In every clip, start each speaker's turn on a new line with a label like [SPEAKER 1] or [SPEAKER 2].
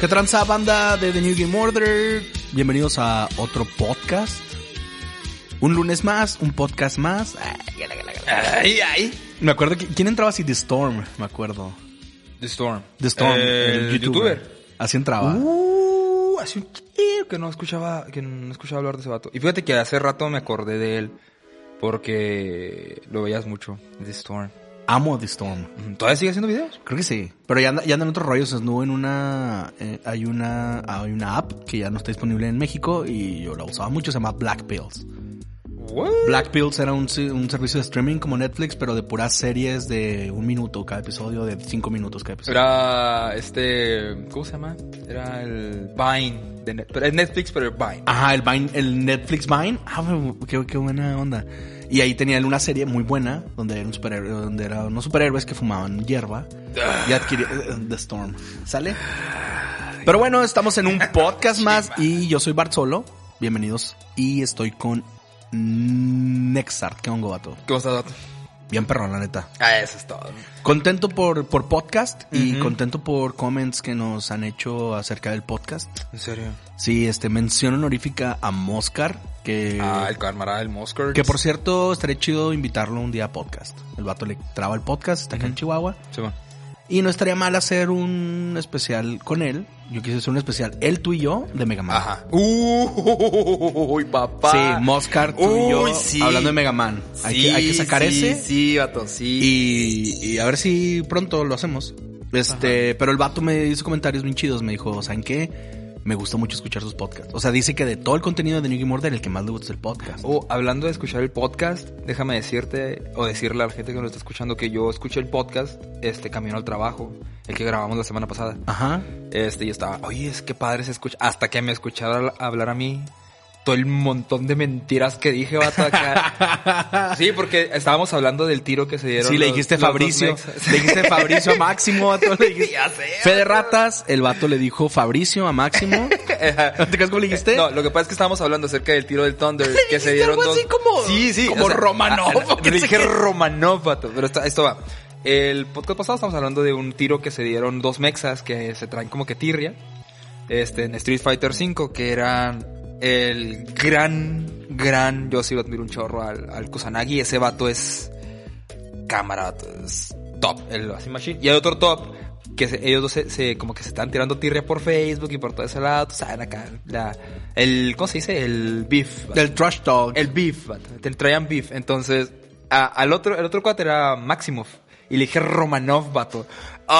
[SPEAKER 1] ¿Qué tranza banda de The New Game Order? Bienvenidos a otro podcast. Un lunes más, un podcast más. Ay, ay. Me acuerdo que, ¿quién entraba así? The Storm, me acuerdo.
[SPEAKER 2] The Storm.
[SPEAKER 1] The Storm,
[SPEAKER 2] Eh,
[SPEAKER 1] el youtuber. Así entraba.
[SPEAKER 2] Uh, hace un chingo que no escuchaba, que no escuchaba hablar de ese vato. Y fíjate que hace rato me acordé de él porque lo veías mucho, The Storm.
[SPEAKER 1] Amo The Storm.
[SPEAKER 2] Ujú, ¿Todavía sigue haciendo videos?
[SPEAKER 1] Creo que sí. Pero ya anda, ya anda en otros rollos. Snow en una. eh, hay una. Hay una app que ya no está disponible en México y yo la usaba mucho. Se llama Black Pills.
[SPEAKER 2] What?
[SPEAKER 1] Black Pills era un, si- un servicio de streaming como Netflix, pero de puras series de un minuto cada episodio, de cinco minutos cada episodio.
[SPEAKER 2] Era este, ¿cómo se llama? Era el Vine de Net- pero es Netflix, pero Vine.
[SPEAKER 1] Ajá, el, Vine- el Netflix Vine. Ah, bueno, qué, qué buena onda. Y ahí tenían una serie muy buena donde eran, superhéroe, donde eran unos superhéroes que fumaban hierba y adquirían eh, The Storm. ¿Sale? Pero bueno, estamos en un podcast más y yo soy Bart Solo. Bienvenidos y estoy con Nexart. ¿Qué hongo, vato?
[SPEAKER 2] ¿Cómo estás, vato?
[SPEAKER 1] Bien perrón, la neta.
[SPEAKER 2] Ah, eso es todo.
[SPEAKER 1] Contento por, por podcast y
[SPEAKER 2] Ujú.
[SPEAKER 1] contento por comments que nos han hecho acerca del podcast.
[SPEAKER 2] En serio.
[SPEAKER 1] Sí, este, mención honorífica a Moscar, que...
[SPEAKER 2] Ah, el camarada del Moscar.
[SPEAKER 1] Que por cierto, estaría chido invitarlo un día a podcast. El vato le traba el podcast, está acá en
[SPEAKER 2] Ujú.
[SPEAKER 1] Chihuahua.
[SPEAKER 2] Sí, bueno.
[SPEAKER 1] Y no estaría mal hacer un especial con él. Yo quise hacer un especial, él, tú y yo, de Mega Man.
[SPEAKER 2] Ajá. Uy, papá.
[SPEAKER 1] Sí, Moscar, tú y yo,
[SPEAKER 2] Uy, sí.
[SPEAKER 1] hablando de Mega Man. Hay,
[SPEAKER 2] Sí,
[SPEAKER 1] que, hay que sacar
[SPEAKER 2] sí,
[SPEAKER 1] ese.
[SPEAKER 2] Sí, vato, sí.
[SPEAKER 1] Y, y a ver si pronto lo hacemos. Este, pero el vato me hizo comentarios bien chidos. Me dijo, ¿saben qué? Me gusta mucho escuchar sus podcasts. O sea, dice que de todo el contenido de New Game Order, el que más le gusta es el podcast.
[SPEAKER 2] Oh, hablando de escuchar el podcast, déjame decirte o decirle a la gente que nos está escuchando que yo escuché el podcast este camino al trabajo, el que grabamos la semana pasada.
[SPEAKER 1] Ajá.
[SPEAKER 2] Este, yo estaba, oye, es que padre se escucha. Hasta que me escucharon hablar a mí todo el montón de mentiras que dije, vato, acá. sí, porque estábamos hablando del tiro que se dieron.
[SPEAKER 1] Sí, le
[SPEAKER 2] los-
[SPEAKER 1] dijiste
[SPEAKER 2] los dos
[SPEAKER 1] Fabricio.
[SPEAKER 2] mexas.
[SPEAKER 1] Le dijiste Fabricio a Máximo. vato, le dijiste-
[SPEAKER 2] Ya sé,
[SPEAKER 1] Fe de ratas, el vato le dijo Fabricio a Máximo. ¿Te acuerdas cómo le dijiste?
[SPEAKER 2] Eh, No, lo que pasa es que estábamos hablando acerca del tiro del Thunder. que se
[SPEAKER 1] este? dijiste
[SPEAKER 2] dieron
[SPEAKER 1] algo
[SPEAKER 2] dos...
[SPEAKER 1] así como-
[SPEAKER 2] Sí, sí.
[SPEAKER 1] como Romanov,
[SPEAKER 2] ah,
[SPEAKER 1] o
[SPEAKER 2] Yo
[SPEAKER 1] qué
[SPEAKER 2] le
[SPEAKER 1] sé
[SPEAKER 2] dije
[SPEAKER 1] qué.
[SPEAKER 2] Romanov, vato, Pero está- esto va. El podcast pasado estamos hablando de un tiro que se dieron dos mexas que se traen como que tirria. Este, en Street Fighter V, que eran el gran, gran... Yo sí lo admiro un chorro al, al Kusanagi. Ese vato es cámara, vato, es top, el así machine. Y hay otro top, que se- ellos dos se, se- como que se están tirando tirria por Facebook y por todo ese lado, tú sabes, acá, la, el, ¿cómo se dice? El beef. vato.
[SPEAKER 1] Del trash talk.
[SPEAKER 2] El beef, vato. Te traían beef. Entonces, a- al otro, el otro cuate era Maximov. Y le dije Romanov, vato.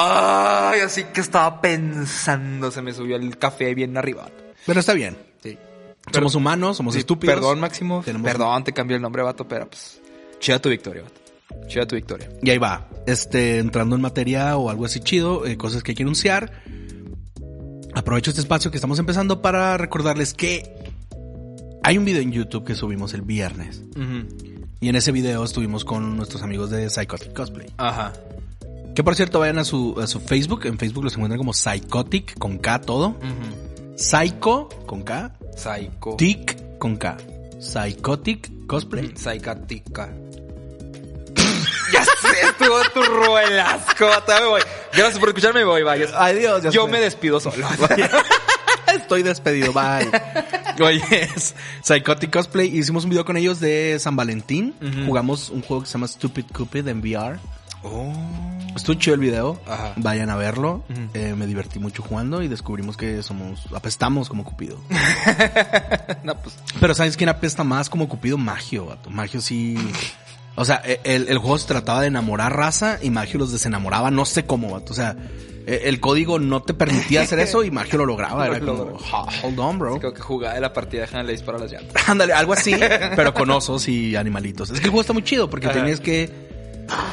[SPEAKER 2] Ay, así que estaba pensando, se me subió el café bien arriba, vato.
[SPEAKER 1] Pero está bien.
[SPEAKER 2] Sí.
[SPEAKER 1] somos humanos, somos
[SPEAKER 2] Sí,
[SPEAKER 1] estúpidos.
[SPEAKER 2] Perdón, Máximo.
[SPEAKER 1] Tenemos-
[SPEAKER 2] Perdón, te cambié el nombre, vato, pero pues. Chida tu victoria, vato. Chida tu victoria.
[SPEAKER 1] Y ahí va. Este, entrando en materia o algo así chido, eh, cosas que hay que anunciar. Aprovecho este espacio que estamos empezando para recordarles que hay un video en YouTube que subimos el viernes. Y en ese video estuvimos con nuestros amigos de Psychotic Cosplay.
[SPEAKER 2] Ajá.
[SPEAKER 1] Que por cierto, vayan a su, a su Facebook. En Facebook los encuentran como Psychotic con K todo. Psycho con K.
[SPEAKER 2] Psycho.
[SPEAKER 1] Tic con K. Psychotic Cosplay.
[SPEAKER 2] Psycatica. ya sé, estuvo tu ruelasco. Todavía me voy. Gracias por escucharme, me voy, vaya.
[SPEAKER 1] Adiós. ya
[SPEAKER 2] Yo
[SPEAKER 1] sé. Ah,
[SPEAKER 2] me despido solo.
[SPEAKER 1] Estoy despedido, bye. Oye, es Psychotic Cosplay. Hicimos un video con ellos de San Valentín.
[SPEAKER 2] Ujú.
[SPEAKER 1] Jugamos un juego que se llama Stupid Cupid en VR. Estuvo chido el video.
[SPEAKER 2] Oh. Ajá.
[SPEAKER 1] Vayan a verlo.
[SPEAKER 2] Ujú.
[SPEAKER 1] Eh, me divertí mucho jugando y descubrimos que somos, apestamos como Cupido.
[SPEAKER 2] No, pues.
[SPEAKER 1] Pero ¿sabes quién apesta más como Cupido? Magio, vato. Magio sí... O sea, e- el, el juego se trataba de enamorar raza y Magio los desenamoraba, no sé cómo, vato. O sea, e- el código no te permitía hacer eso y Magio lo lograba. Era
[SPEAKER 2] Lo
[SPEAKER 1] como,
[SPEAKER 2] logró.
[SPEAKER 1] hold on, bro.
[SPEAKER 2] Creo que jugada de la partida déjame le disparar las llantas.
[SPEAKER 1] Ándale, algo así, pero con osos y animalitos. Es que el juego está muy chido porque
[SPEAKER 2] Ajá.
[SPEAKER 1] tienes que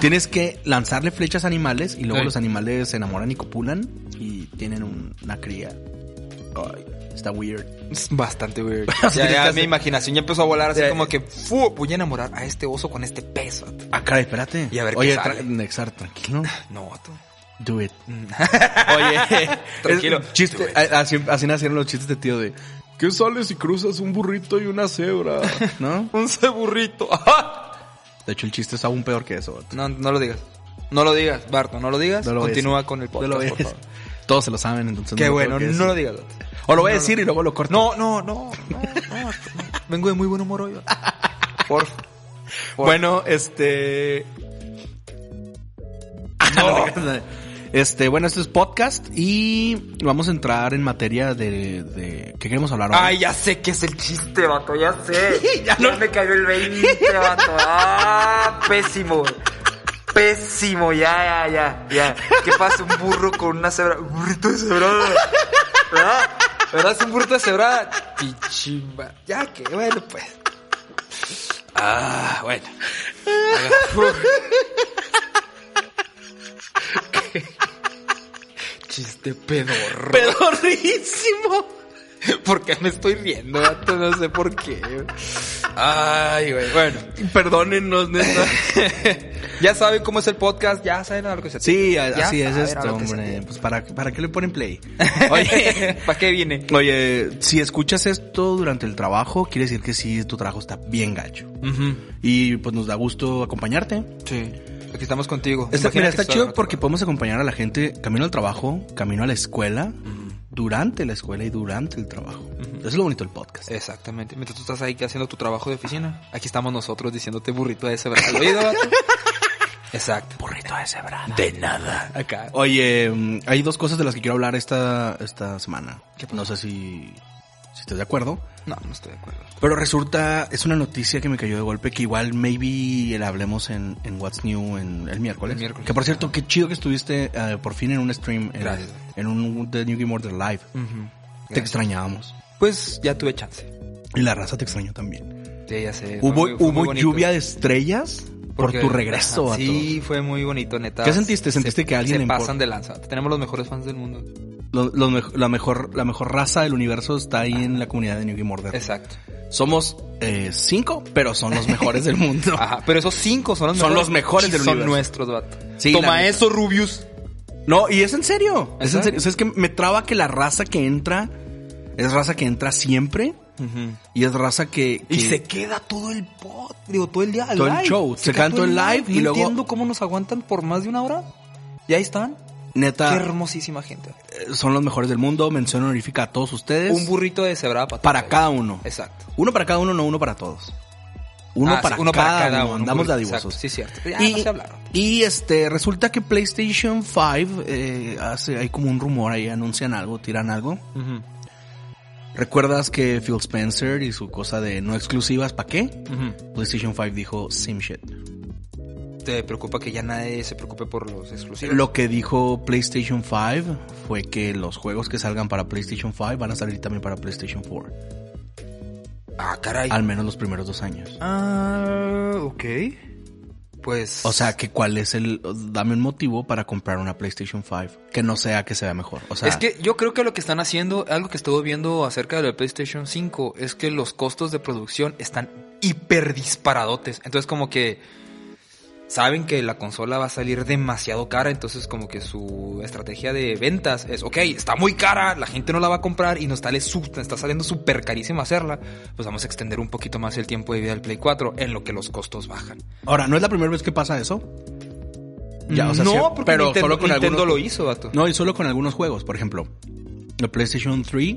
[SPEAKER 1] tienes que lanzarle flechas a animales y luego
[SPEAKER 2] Sí.
[SPEAKER 1] los animales se enamoran y copulan y tienen un- una cría. Ay, está weird.
[SPEAKER 2] Es bastante weird.
[SPEAKER 1] sea,
[SPEAKER 2] ya,
[SPEAKER 1] tienes
[SPEAKER 2] ya
[SPEAKER 1] que
[SPEAKER 2] mi
[SPEAKER 1] hacer-
[SPEAKER 2] imaginación ya empezó a volar así
[SPEAKER 1] Ya,
[SPEAKER 2] como que "Fu, voy a enamorar a este oso con este peso.
[SPEAKER 1] Ah, caray, espérate.
[SPEAKER 2] Y a ver qué
[SPEAKER 1] Oye,
[SPEAKER 2] sale.
[SPEAKER 1] tra- Nexar, tranquilo.
[SPEAKER 2] No, vato.
[SPEAKER 1] Do it.
[SPEAKER 2] Mm.
[SPEAKER 1] Oye,
[SPEAKER 2] Tranquilo. Este,
[SPEAKER 1] es chiste- a- así, así nacieron los chistes de tío de. ¿Qué sales si cruzas un burrito y una cebra? ¿No?
[SPEAKER 2] Un ceburrito.
[SPEAKER 1] De hecho, el chiste es aún peor que eso. vato.
[SPEAKER 2] no, no lo digas. No lo digas, Barto, no lo digas.
[SPEAKER 1] No lo voy a
[SPEAKER 2] Continúa
[SPEAKER 1] decir.
[SPEAKER 2] con el
[SPEAKER 1] No lo
[SPEAKER 2] podcast,
[SPEAKER 1] voy a
[SPEAKER 2] por
[SPEAKER 1] decir.
[SPEAKER 2] favor.
[SPEAKER 1] Todos se lo saben, entonces.
[SPEAKER 2] Qué
[SPEAKER 1] lo
[SPEAKER 2] bueno,
[SPEAKER 1] tengo que
[SPEAKER 2] no lo
[SPEAKER 1] decir.
[SPEAKER 2] digas. Barto.
[SPEAKER 1] O lo voy a decir y luego lo corto.
[SPEAKER 2] No, no, no, no, no, no. Vengo de muy buen humor hoy. Barto. Por favor.
[SPEAKER 1] Bueno, este. Este, bueno, este es podcast y vamos a entrar en materia de, de qué queremos hablar hoy.
[SPEAKER 2] Ay, ya sé que es el chiste, vato, ya sé. ya no me cayó el 20, vato. Ah, pésimo. Pésimo, ya, ya, ya, ya. ¿Qué pasa? Un burro con una cebra. Un burrito de cebrada. ¿Verdad? ¿Verdad? Es un burrito de cebrada. Pichimba. Ya que, bueno, pues. Ah, bueno. Qué Chiste pedorro.
[SPEAKER 1] pedorrísimo.
[SPEAKER 2] ¿Por qué me estoy riendo, vato? No sé por qué. Ay, güey. Bueno,
[SPEAKER 1] Perdónennos, neta.
[SPEAKER 2] ya saben cómo es el podcast, ya saben a lo que se
[SPEAKER 1] Sí, a-
[SPEAKER 2] Ya
[SPEAKER 1] así es
[SPEAKER 2] saben a
[SPEAKER 1] esto,
[SPEAKER 2] lo que se
[SPEAKER 1] hombre.
[SPEAKER 2] tiene.
[SPEAKER 1] Pues para, para qué le ponen play.
[SPEAKER 2] Oye,
[SPEAKER 1] Oye,
[SPEAKER 2] ¿para qué viene?
[SPEAKER 1] oye, si escuchas esto durante el trabajo, quiere decir que sí, tu trabajo está bien gacho. Y pues nos da gusto acompañarte.
[SPEAKER 2] Sí. Aquí estamos contigo.
[SPEAKER 1] Está,
[SPEAKER 2] Imagina
[SPEAKER 1] Este, mira,
[SPEAKER 2] que
[SPEAKER 1] está
[SPEAKER 2] estoy
[SPEAKER 1] chido
[SPEAKER 2] hablando
[SPEAKER 1] porque
[SPEAKER 2] contigo.
[SPEAKER 1] podemos acompañar a la gente camino al trabajo, camino a la escuela, durante la escuela y durante el trabajo. Eso es lo bonito del podcast.
[SPEAKER 2] Exactamente. Mientras tú estás ahí que haciendo tu trabajo de oficina, aquí estamos nosotros diciéndote burrito de ese brazo. oído, vato. Exacto. Oh,
[SPEAKER 1] Burrito de cebra.
[SPEAKER 2] De nada. Acá.
[SPEAKER 1] Oye, mm, hay dos cosas de las que quiero hablar esta, esta semana.
[SPEAKER 2] ¿Qué pasó?
[SPEAKER 1] No sé si, si estás de acuerdo.
[SPEAKER 2] No, no estoy de acuerdo.
[SPEAKER 1] Pero resulta, es una noticia que me cayó de golpe que igual maybe la hablemos en, en What's New en el miércoles.
[SPEAKER 2] El miércoles.
[SPEAKER 1] Que por cierto, qué chido que estuviste eh, por fin en un stream, en,
[SPEAKER 2] Gracias.
[SPEAKER 1] en un The New Game Order Live. Te extrañábamos.
[SPEAKER 2] Pues ya tuve chance.
[SPEAKER 1] Y la raza te extrañó también.
[SPEAKER 2] Sí, ya sé. Fue
[SPEAKER 1] Hubo,
[SPEAKER 2] muy- fue muy
[SPEAKER 1] hubo
[SPEAKER 2] bonito.
[SPEAKER 1] lluvia de estrellas por
[SPEAKER 2] Porque-
[SPEAKER 1] tu regreso,
[SPEAKER 2] Ajá,
[SPEAKER 1] vato.
[SPEAKER 2] Sí, fue muy bonito, neta.
[SPEAKER 1] ¿Qué sentiste? ¿Sentiste
[SPEAKER 2] Se-
[SPEAKER 1] que a alguien
[SPEAKER 2] se
[SPEAKER 1] le importa?
[SPEAKER 2] pasan de lanza? Tenemos los mejores fans del mundo.
[SPEAKER 1] Lo- lo mej- la, mejor, la mejor raza del universo está ahí en la comunidad de New Game Order.
[SPEAKER 2] Exacto.
[SPEAKER 1] Somos eh, cinco, pero son los mejores del mundo.
[SPEAKER 2] Ajá, pero esos cinco son los
[SPEAKER 1] Son
[SPEAKER 2] mejores.
[SPEAKER 1] los mejores del
[SPEAKER 2] son
[SPEAKER 1] universo.
[SPEAKER 2] nuestros, vato.
[SPEAKER 1] Sí, la
[SPEAKER 2] Toma
[SPEAKER 1] neta.
[SPEAKER 2] eso, Rubius.
[SPEAKER 1] No, y es en serio. Es en
[SPEAKER 2] Ajá.
[SPEAKER 1] serio. O sea, es que me traba que la raza que entra es raza que entra siempre y es raza que.
[SPEAKER 2] Y
[SPEAKER 1] que-
[SPEAKER 2] se queda todo el pod, digo, todo el día
[SPEAKER 1] Todo el
[SPEAKER 2] live.
[SPEAKER 1] show, se quedan todo el live y
[SPEAKER 2] No
[SPEAKER 1] luego-
[SPEAKER 2] entiendo cómo nos aguantan por más de una hora. Y ahí están. Qué
[SPEAKER 1] Neta,
[SPEAKER 2] hermosísima gente.
[SPEAKER 1] eh, son los mejores del mundo. Mención honorífica a todos ustedes.
[SPEAKER 2] Un burrito de cebrada pato,
[SPEAKER 1] para
[SPEAKER 2] güey.
[SPEAKER 1] cada uno.
[SPEAKER 2] Exacto.
[SPEAKER 1] Uno para cada uno, no uno para todos. Uno,
[SPEAKER 2] Ah, sí,
[SPEAKER 1] para, cada uno.
[SPEAKER 2] un
[SPEAKER 1] Andamos
[SPEAKER 2] burrito,
[SPEAKER 1] dadivosos.
[SPEAKER 2] exacto, Sí, cierto. Ya
[SPEAKER 1] y,
[SPEAKER 2] no se hablaron.
[SPEAKER 1] y, este, resulta que PlayStation 5, eh, hace, hay como un rumor ahí, anuncian algo, tiran algo. ¿Recuerdas que Phil Spencer y su cosa de no exclusivas, ¿para qué? PlayStation 5 dijo same shit.
[SPEAKER 2] Te preocupa que ya nadie se preocupe por los exclusivos.
[SPEAKER 1] Lo que dijo PlayStation 5 fue que los juegos que salgan para PlayStation 5 van a salir también para PlayStation 4.
[SPEAKER 2] Ah, caray.
[SPEAKER 1] Al menos los primeros dos años.
[SPEAKER 2] Ah, ok. Pues.
[SPEAKER 1] O sea, que cuál es el... Dame un motivo para comprar una PlayStation 5 que no sea que se vea mejor. O sea,
[SPEAKER 2] es que yo creo que lo que están haciendo, algo que estuve viendo acerca de la PlayStation 5, es que los costos de producción están hiper disparadotes. Entonces, como que saben que la consola va a salir demasiado cara, entonces como que su estrategia de ventas es, ok, está muy cara, la gente no la va a comprar y nos sale su- está saliendo súper carísima hacerla, pues vamos a extender un poquito más el tiempo de vida del Play 4 en lo que los costos bajan.
[SPEAKER 1] Ahora, no es la primera vez que pasa eso. Ya, o sea,
[SPEAKER 2] no,
[SPEAKER 1] sí,
[SPEAKER 2] porque Nintendo, Nintendo
[SPEAKER 1] algunos,
[SPEAKER 2] lo hizo, vato.
[SPEAKER 1] No, y solo con algunos juegos. Por ejemplo, la PlayStation 3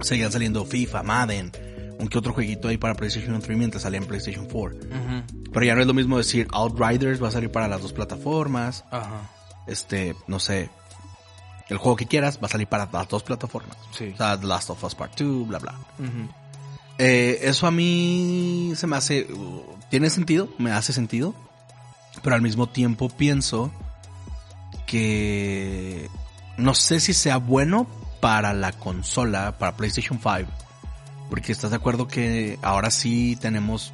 [SPEAKER 1] seguían saliendo FIFA, Madden, un que otro jueguito ahí para PlayStation 3 mientras salía en PlayStation 4.
[SPEAKER 2] Ujú.
[SPEAKER 1] Pero ya no es lo mismo decir Outriders va a salir para las dos plataformas.
[SPEAKER 2] Ajá.
[SPEAKER 1] Este, no sé, el juego que quieras va a salir para las dos plataformas.
[SPEAKER 2] Sí.
[SPEAKER 1] O sea, The Last of Us Part 2, bla, bla.
[SPEAKER 2] Ujú.
[SPEAKER 1] Eh, eso a mí se me hace. uh, Tiene sentido, me hace sentido. Pero al mismo tiempo pienso que. No sé si sea bueno para la consola, para PlayStation 5. Porque estás de acuerdo que ahora sí tenemos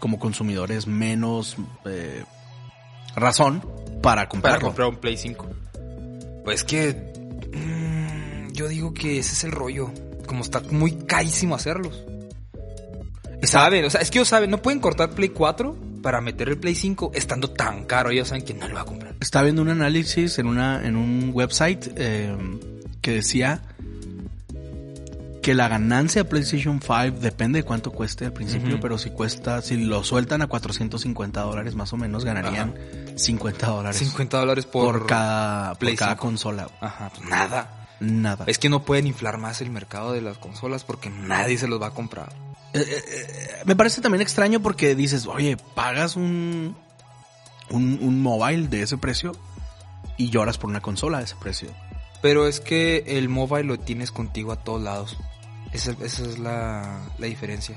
[SPEAKER 1] como consumidores menos eh, razón para
[SPEAKER 2] para
[SPEAKER 1] comprarlo.
[SPEAKER 2] comprar un Play 5. Pues que mm, yo digo que ese es el rollo. Como está muy carísimo hacerlos. Y saben, o sea, es que ellos saben, no pueden cortar Play 4 para meter el Play 5 estando tan caro. Ellos saben que no lo va a comprar.
[SPEAKER 1] estaba viendo un análisis en, una, en un website eh, que decía que la ganancia de PlayStation 5 depende de cuánto cueste al principio,
[SPEAKER 2] Ujú.
[SPEAKER 1] pero si cuesta, si lo sueltan a 450 dólares más o menos, ganarían 50 dólares
[SPEAKER 2] 50 dólares por,
[SPEAKER 1] por, cada, por
[SPEAKER 2] Play
[SPEAKER 1] cada
[SPEAKER 2] 5.
[SPEAKER 1] consola.
[SPEAKER 2] Ajá, pues nada.
[SPEAKER 1] Nada.
[SPEAKER 2] Es que no pueden inflar más el mercado de las consolas porque nadie se los va a comprar.
[SPEAKER 1] Eh, eh, eh, me parece también extraño porque dices, oye, pagas un, un, un mobile de ese precio y lloras por una consola de ese precio.
[SPEAKER 2] Pero es que el mobile lo tienes contigo a todos lados. Esa, esa es la, la diferencia.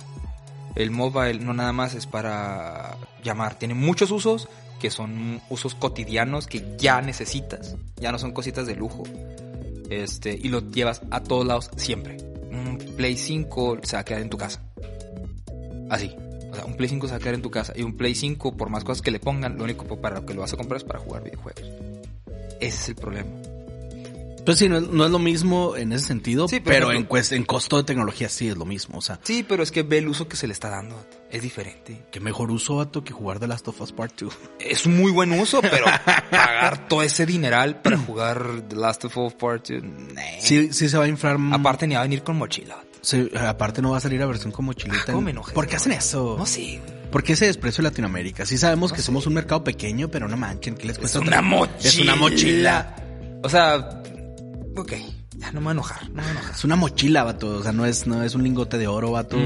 [SPEAKER 2] El mobile no nada más es para llamar. Tiene muchos usos que son usos cotidianos que ya necesitas. Ya no son cositas de lujo. Este, y lo llevas a todos lados siempre. Un Play 5 se va a quedar en tu casa. Así. O sea, un Play 5 se va a quedar en tu casa. Y un Play 5, por más cosas que le pongan, lo único para lo que lo vas a comprar es para jugar videojuegos. Ese es el problema.
[SPEAKER 1] Pues sí, no es, no es lo mismo en ese sentido,
[SPEAKER 2] Sí, por
[SPEAKER 1] pero en,
[SPEAKER 2] ejemplo.
[SPEAKER 1] cuest- en costo de tecnología sí es lo mismo. O sea,
[SPEAKER 2] Sí, pero es que ve el uso que se le está dando. vato. Es diferente.
[SPEAKER 1] qué mejor uso, vato, que jugar The Last of Us Part 2.
[SPEAKER 2] Es un muy buen uso, pero pagar todo ese dineral para jugar The Last of Us Part 2. nee.
[SPEAKER 1] Sí, sí se va a inflar. mm,
[SPEAKER 2] Aparte ni va a venir con mochila. vato.
[SPEAKER 1] sí, aparte no va a salir a versión como
[SPEAKER 2] Ah,
[SPEAKER 1] mochilita.
[SPEAKER 2] cómo
[SPEAKER 1] en-
[SPEAKER 2] me enojé.
[SPEAKER 1] ¿Por qué hacen eso?
[SPEAKER 2] No sé. güey.
[SPEAKER 1] ¿Por qué ese desprecio de Latinoamérica? Sí sabemos
[SPEAKER 2] No
[SPEAKER 1] que
[SPEAKER 2] sé.
[SPEAKER 1] somos un mercado pequeño, pero no manchen, que les
[SPEAKER 2] Es
[SPEAKER 1] cuesta
[SPEAKER 2] una
[SPEAKER 1] otra-
[SPEAKER 2] mochila.
[SPEAKER 1] Pues Es una mochila.
[SPEAKER 2] O sea, ok. Ya no me voy a enojar. No me voy a enojar.
[SPEAKER 1] Es una mochila, vato. O sea, no es, no es un lingote de oro, vato.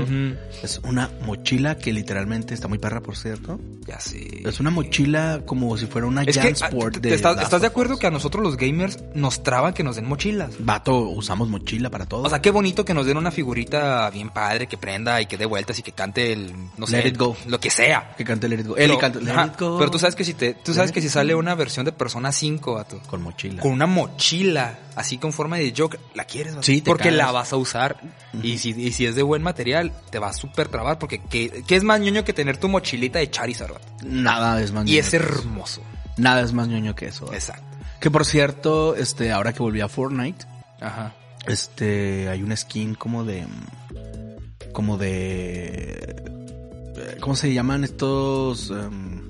[SPEAKER 1] Es una mochila que literalmente está muy perra, por cierto.
[SPEAKER 2] Ya sé.
[SPEAKER 1] Es una mochila como si fuera una
[SPEAKER 2] Es que, ah,
[SPEAKER 1] Jansport
[SPEAKER 2] te-
[SPEAKER 1] de.
[SPEAKER 2] te estás,
[SPEAKER 1] Last
[SPEAKER 2] estás de
[SPEAKER 1] of
[SPEAKER 2] acuerdo
[SPEAKER 1] Us.
[SPEAKER 2] que a nosotros los gamers nos traban que nos den mochilas?
[SPEAKER 1] Vato, usamos mochila para todo.
[SPEAKER 2] O sea, qué bonito que nos den una figurita bien padre que prenda y que dé vueltas y que cante el, no sé,
[SPEAKER 1] Let it go.
[SPEAKER 2] lo que sea.
[SPEAKER 1] que cante Let It Go. Eli
[SPEAKER 2] Pero-
[SPEAKER 1] canta Let
[SPEAKER 2] ajá,
[SPEAKER 1] It Go.
[SPEAKER 2] Pero tú sabes que si te, tú sabes
[SPEAKER 1] Let
[SPEAKER 2] que si sale una versión de Persona 5, vato,
[SPEAKER 1] Con mochila.
[SPEAKER 2] con una mochila así con forma de Joker, la quieres, vato,
[SPEAKER 1] Sí, te
[SPEAKER 2] porque
[SPEAKER 1] cagas.
[SPEAKER 2] la vas a usar. y, si, y si es de buen material, te va a super trabar porque ¿qué, qué es más ñoño que tener tu mochilita de Charizard, vato?
[SPEAKER 1] Nada es más
[SPEAKER 2] Y
[SPEAKER 1] ñoño
[SPEAKER 2] es
[SPEAKER 1] que eso.
[SPEAKER 2] hermoso.
[SPEAKER 1] Nada es más ñoño que eso. vato.
[SPEAKER 2] Exacto.
[SPEAKER 1] Que por cierto, este, ahora que volví a Fortnite,
[SPEAKER 2] Ajá.
[SPEAKER 1] este, hay una skin como de. mm, Como de. eh, ¿Cómo se llaman estos? em,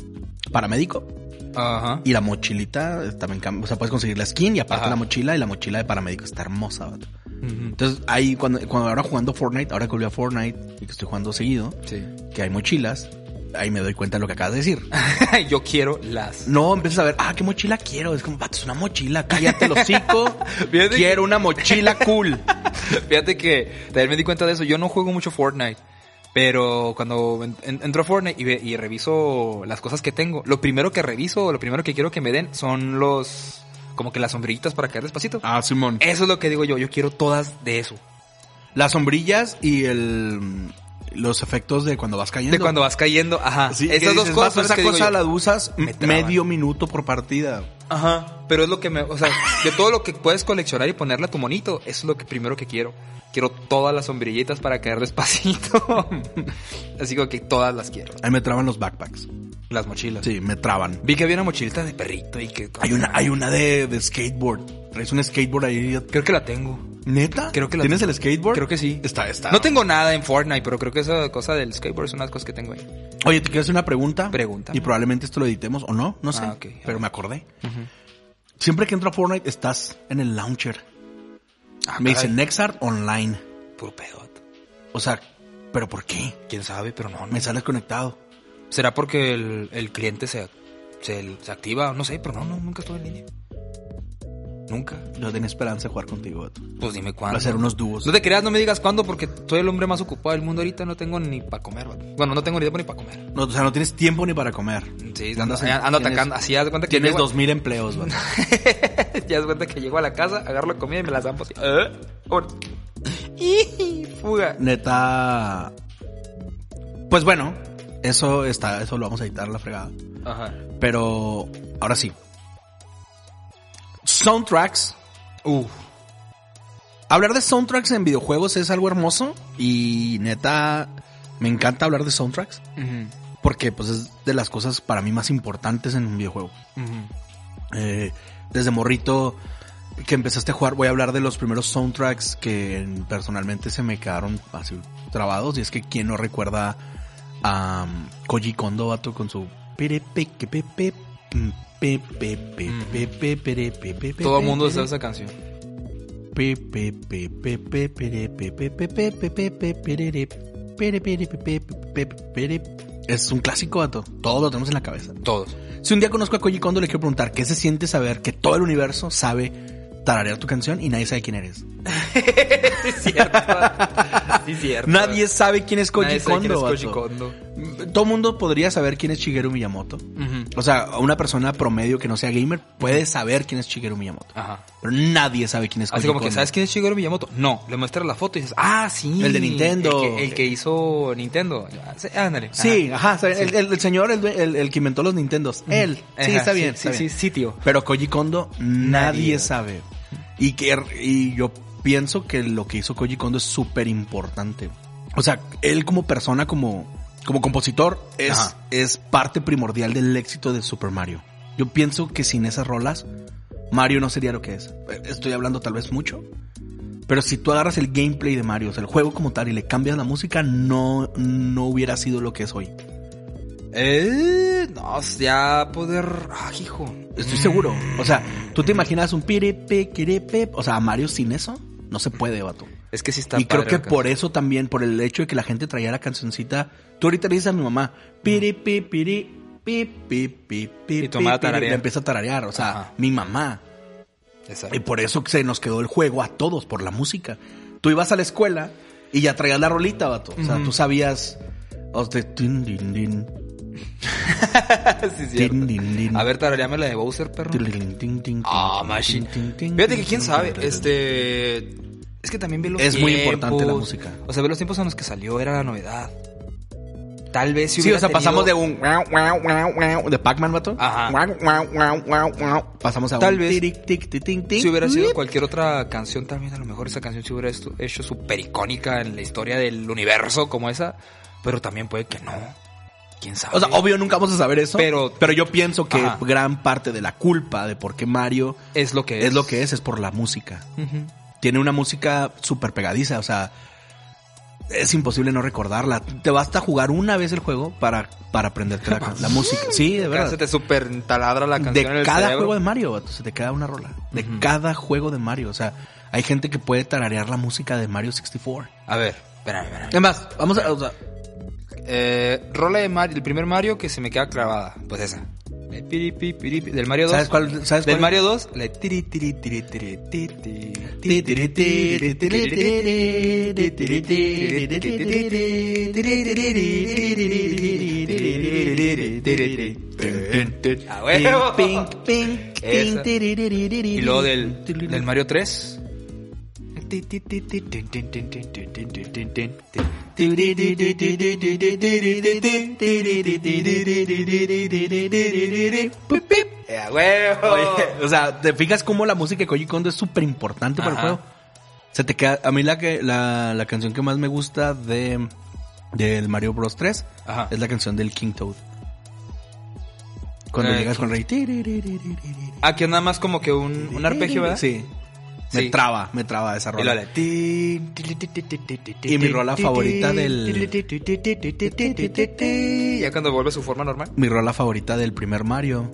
[SPEAKER 1] paramédico.
[SPEAKER 2] Ajá.
[SPEAKER 1] Y la mochilita eh, también cambia. O sea, puedes conseguir la skin y aparte
[SPEAKER 2] Ajá.
[SPEAKER 1] la mochila. Y la mochila de paramédico está hermosa. vato.
[SPEAKER 2] Ujú.
[SPEAKER 1] Entonces, ahí cuando, cuando ahora jugando Fortnite, ahora que volví a Fortnite y que estoy jugando seguido,
[SPEAKER 2] Sí.
[SPEAKER 1] que hay mochilas, ahí me doy cuenta de lo que acabas de decir.
[SPEAKER 2] Yo quiero las.
[SPEAKER 1] No, empiezas a ver, ah, ¿qué mochila quiero? Es como, vato, es una mochila, cállate el hocico.
[SPEAKER 2] Fíjate
[SPEAKER 1] quiero una mochila cool.
[SPEAKER 2] Fíjate que también me di cuenta de eso. Yo no juego mucho Fortnite. Pero cuando en- en- entro a Fortnite y, ve- y reviso las cosas que tengo, lo primero que reviso, lo primero que quiero que me den son los. como que las sombrillitas para caer despacito.
[SPEAKER 1] Ah, Simón.
[SPEAKER 2] Eso es lo que digo yo. Yo quiero todas de eso.
[SPEAKER 1] Las sombrillas y el los efectos de cuando vas cayendo.
[SPEAKER 2] De cuando vas cayendo, ajá.
[SPEAKER 1] Sí,
[SPEAKER 2] Estas
[SPEAKER 1] que
[SPEAKER 2] dos
[SPEAKER 1] dices,
[SPEAKER 2] cosas.
[SPEAKER 1] "Vato,
[SPEAKER 2] son las
[SPEAKER 1] Esa
[SPEAKER 2] que digo
[SPEAKER 1] cosa
[SPEAKER 2] yo.
[SPEAKER 1] la usas
[SPEAKER 2] Me traba.
[SPEAKER 1] medio minuto por partida.
[SPEAKER 2] Ajá. Pero es lo que me. O sea, de todo lo que puedes coleccionar y ponerle a tu monito, eso es lo que primero que quiero. Quiero todas las sombrillitas para caer despacito. Así que ok, todas las quiero.
[SPEAKER 1] Ahí me traban los backpacks.
[SPEAKER 2] Las mochilas.
[SPEAKER 1] Sí, me traban.
[SPEAKER 2] Vi que había una mochilita de perrito y que...
[SPEAKER 1] Hay una, hay una de, de skateboard. Traes un skateboard ahí.
[SPEAKER 2] Creo que la tengo.
[SPEAKER 1] ¿Neta?
[SPEAKER 2] Creo que la
[SPEAKER 1] ¿Tienes
[SPEAKER 2] tengo.
[SPEAKER 1] el skateboard?
[SPEAKER 2] Creo que sí.
[SPEAKER 1] Está, está.
[SPEAKER 2] No tengo nada en Fortnite, pero creo que esa cosa del skateboard es una de las cosas que tengo ahí.
[SPEAKER 1] Oye, te quiero hacer una pregunta.
[SPEAKER 2] Pregunta.
[SPEAKER 1] Y probablemente esto lo editemos o no, no sé.
[SPEAKER 2] Ah, ok.
[SPEAKER 1] Pero me acordé. Siempre que entro a Fortnite estás en el launcher.
[SPEAKER 2] Ah,
[SPEAKER 1] me
[SPEAKER 2] caray.
[SPEAKER 1] dicen Nexart Online.
[SPEAKER 2] Puro pedote.
[SPEAKER 1] O sea, ¿pero por qué?
[SPEAKER 2] ¿Quién sabe? Pero no. no.
[SPEAKER 1] Me sales conectado.
[SPEAKER 2] ¿Será porque el, el cliente se, se, se activa? No sé, pero no, no, nunca estuve en línea. Nunca.
[SPEAKER 1] No tenía esperanza de jugar contigo. vato.
[SPEAKER 2] Pues dime
[SPEAKER 1] Va
[SPEAKER 2] cuándo.
[SPEAKER 1] a ser unos dúos.
[SPEAKER 2] No te creas, no me digas cuándo, porque soy el hombre más ocupado del mundo ahorita. No tengo ni para comer. vato. Bueno, no tengo ni tiempo ni para comer.
[SPEAKER 1] No, o sea, no tienes tiempo ni para comer.
[SPEAKER 2] Sí, ando,
[SPEAKER 1] Andas en-
[SPEAKER 2] ando
[SPEAKER 1] tienes-
[SPEAKER 2] atacando. Así, haz de cuenta que
[SPEAKER 1] Tienes
[SPEAKER 2] llego-
[SPEAKER 1] dos mil empleos, vato.
[SPEAKER 2] ya es cuenta que llego a la casa, agarro la comida y me la zampo así. ¿Eh? Vámonos. Y fuga.
[SPEAKER 1] Neta. Pues bueno, eso está, eso lo vamos a editar a la fregada.
[SPEAKER 2] Ajá.
[SPEAKER 1] Pero ahora sí. Soundtracks.
[SPEAKER 2] Uf.
[SPEAKER 1] Hablar de soundtracks en videojuegos es algo hermoso y neta me encanta hablar de soundtracks
[SPEAKER 2] Ujú,
[SPEAKER 1] porque pues es de las cosas para mí más importantes en un videojuego.
[SPEAKER 2] ujú.
[SPEAKER 1] Eh, desde morrito que empezaste a jugar voy a hablar de los primeros soundtracks que personalmente se me quedaron así trabados y es que quien no recuerda a um, Koji Kondo vato con su perepeque, pepe, Pe, pe, pe, pe, pe, pere, pe, pe, pe,
[SPEAKER 2] Todo el
[SPEAKER 1] pe,
[SPEAKER 2] mundo
[SPEAKER 1] pere,
[SPEAKER 2] sabe esa canción.
[SPEAKER 1] pe, pe, pe, pe, pe, pere, pe, pe, pe, pe, pe, pe, pe, perere, pere, pere, pe, pe, pe, pe, pere. Es un clásico, vato. Todo lo tenemos en la cabeza.
[SPEAKER 2] Todos.
[SPEAKER 1] Si un día conozco a Koji Kondo, le quiero preguntar qué se siente saber que todo el universo sabe tararear tu canción y nadie sabe quién eres.
[SPEAKER 2] cierto. sí, cierto.
[SPEAKER 1] Nadie sabe quién es Koji
[SPEAKER 2] Nadie sabe quién
[SPEAKER 1] Kondo.
[SPEAKER 2] es Koji
[SPEAKER 1] vato. Mm,
[SPEAKER 2] Kondo.
[SPEAKER 1] Todo mundo podría saber quién es Shigeru Miyamoto.
[SPEAKER 2] Ujú.
[SPEAKER 1] O sea, una persona promedio que no sea gamer puede saber quién es Shigeru Miyamoto.
[SPEAKER 2] Ajá.
[SPEAKER 1] Pero nadie sabe quién es Koji
[SPEAKER 2] Así como que,
[SPEAKER 1] Kondo.
[SPEAKER 2] ¿sabes quién es Shigeru Miyamoto? No, le muestras la foto y dices, ah, sí.
[SPEAKER 1] El de Nintendo.
[SPEAKER 2] El que, el que hizo Nintendo. Ah, sí, Ándale. ajá.
[SPEAKER 1] Sí, ajá, sabe,
[SPEAKER 2] Sí.
[SPEAKER 1] El, el- el señor, el, due- el- el que inventó los Nintendos. Él. Sí,
[SPEAKER 2] Ajá,
[SPEAKER 1] está bien.
[SPEAKER 2] Sí,
[SPEAKER 1] está
[SPEAKER 2] sí,
[SPEAKER 1] bien.
[SPEAKER 2] sí, tío.
[SPEAKER 1] Pero Koji Kondo nadie
[SPEAKER 2] Nadie.
[SPEAKER 1] sabe. Y, que, y yo pienso que lo que hizo Koji Kondo es súper importante. O sea, él como persona, como, como compositor, es,
[SPEAKER 2] Ajá.
[SPEAKER 1] es parte primordial del éxito de Super Mario. Yo pienso que sin esas rolas, Mario no sería lo que es. Eh, Estoy hablando tal vez mucho. Pero si tú agarras el gameplay de Mario, o sea, el juego como tal, y le cambias la música, no, no hubiera sido lo que es hoy.
[SPEAKER 2] Eh, no, ya poder. Ah, hijo.
[SPEAKER 1] Estoy seguro. O sea,
[SPEAKER 2] Mm.
[SPEAKER 1] tú te imaginas un pirepe, quirepe. O sea, a Mario sin eso no se puede, vato.
[SPEAKER 2] Es que sí está
[SPEAKER 1] y creo
[SPEAKER 2] padre
[SPEAKER 1] que
[SPEAKER 2] acá.
[SPEAKER 1] por eso también, por el hecho de que la gente traía la cancioncita. Tú ahorita le dices a mi mamá, pirepe, pire, pi, pi, pi, pi,
[SPEAKER 2] Y tu
[SPEAKER 1] pi,
[SPEAKER 2] mamá
[SPEAKER 1] pire",
[SPEAKER 2] tararea.
[SPEAKER 1] Le empieza a tararear. O sea,
[SPEAKER 2] Ajá.
[SPEAKER 1] mi mamá.
[SPEAKER 2] Exacto.
[SPEAKER 1] Y por eso se nos quedó el juego a todos, por la música. Tú ibas a la escuela y ya traías la rolita, vato. O sea,
[SPEAKER 2] Ujú.
[SPEAKER 1] tú sabías. O sea, tin, din, din,
[SPEAKER 2] Sí, es
[SPEAKER 1] tin,
[SPEAKER 2] cierto.
[SPEAKER 1] din, din,
[SPEAKER 2] A ver, tarareame la de Bowser, perro.
[SPEAKER 1] tin, din, tin, tin,
[SPEAKER 2] Ah,
[SPEAKER 1] tin,
[SPEAKER 2] machine.
[SPEAKER 1] tin, tin,
[SPEAKER 2] Fíjate que
[SPEAKER 1] tin,
[SPEAKER 2] quién
[SPEAKER 1] tin,
[SPEAKER 2] sabe,
[SPEAKER 1] tin,
[SPEAKER 2] este... Es que también ve los
[SPEAKER 1] Es muy
[SPEAKER 2] tiempos.
[SPEAKER 1] importante la música.
[SPEAKER 2] O sea, ver los tiempos en los que salió era la novedad. Tal vez si
[SPEAKER 1] Sí, o
[SPEAKER 2] hubiera
[SPEAKER 1] sea,
[SPEAKER 2] tenido-
[SPEAKER 1] pasamos de un guau, guau, guau, guau, de Pac-Man, vato.
[SPEAKER 2] Ajá.
[SPEAKER 1] Guau, guau, guau, guau, guau. Pasamos a
[SPEAKER 2] Tal
[SPEAKER 1] un
[SPEAKER 2] vez
[SPEAKER 1] tiric, tic, tic, tic, tic.
[SPEAKER 2] Si hubiera sido cualquier otra canción también, a lo mejor esa canción se hubiera estu- hecho súper icónica en la historia del universo como esa. Pero también puede que no. ¿Quién sabe?
[SPEAKER 1] Mm. O sea, obvio nunca vamos a saber eso, pero
[SPEAKER 2] Pero-
[SPEAKER 1] yo pienso que
[SPEAKER 2] Ajá.
[SPEAKER 1] gran parte de la culpa de por qué Mario
[SPEAKER 2] es lo que es.
[SPEAKER 1] es lo que es es por la música.
[SPEAKER 2] Ujú.
[SPEAKER 1] Tiene una música súper pegadiza, o sea, es imposible no recordarla. Te basta jugar una vez el juego para para aprenderte la, la música. Sí, de
[SPEAKER 2] Se
[SPEAKER 1] verdad.
[SPEAKER 2] te super taladra la canción en
[SPEAKER 1] de
[SPEAKER 2] el
[SPEAKER 1] cada
[SPEAKER 2] cerebro.
[SPEAKER 1] juego de Mario, vato, se te queda una rola. De
[SPEAKER 2] Ujú.
[SPEAKER 1] cada juego de Mario. O sea, hay gente que puede tararear la música de Mario 64.
[SPEAKER 2] A ver, espérame, espérame.
[SPEAKER 1] Es más, vamos a. o sea,
[SPEAKER 2] Eh, rola de Mario, el primer Mario que se me queda clavada, pues esa. Eh, piri, pi, piri, pi, del Mario 2.
[SPEAKER 1] ¿Sabes cuál? ¿Sabes
[SPEAKER 2] Del
[SPEAKER 1] cuál?
[SPEAKER 2] Mario 2, la de tiri, tiri, tiri, tiri, tiri, tiri,
[SPEAKER 1] Ti, ti,
[SPEAKER 2] tiri,
[SPEAKER 1] ti, ti, ti, ti, ti, ti, ti, ti, ti, ti, ti, ti, ti, ti.
[SPEAKER 2] ¡A huevo!
[SPEAKER 1] Ping, ping, ping,
[SPEAKER 2] Esa.
[SPEAKER 1] ti.
[SPEAKER 2] Y luego del, del Mario 3. Eh, ¡A huevo!
[SPEAKER 1] Oye, o sea, ¿te fijas cómo la música de Koji Kondo es súper importante para el
[SPEAKER 2] Ajá.
[SPEAKER 1] juego? Se te queda. A mí la que la, la canción que más me gusta de del Mario Bros 3
[SPEAKER 2] Ajá.
[SPEAKER 1] es la canción del King Toad. Cuando
[SPEAKER 2] Eh,
[SPEAKER 1] llegas con Rey.
[SPEAKER 2] Aquí es nada más como Ah, que un, un arpegio, ¿verdad?
[SPEAKER 1] Sí. Me
[SPEAKER 2] Sí.
[SPEAKER 1] traba, me traba esa
[SPEAKER 2] Y lo
[SPEAKER 1] rola.
[SPEAKER 2] de...
[SPEAKER 1] Y mi rola favorita del.
[SPEAKER 2] Ya cuando vuelve a su forma normal.
[SPEAKER 1] Mi rola favorita del primer Mario.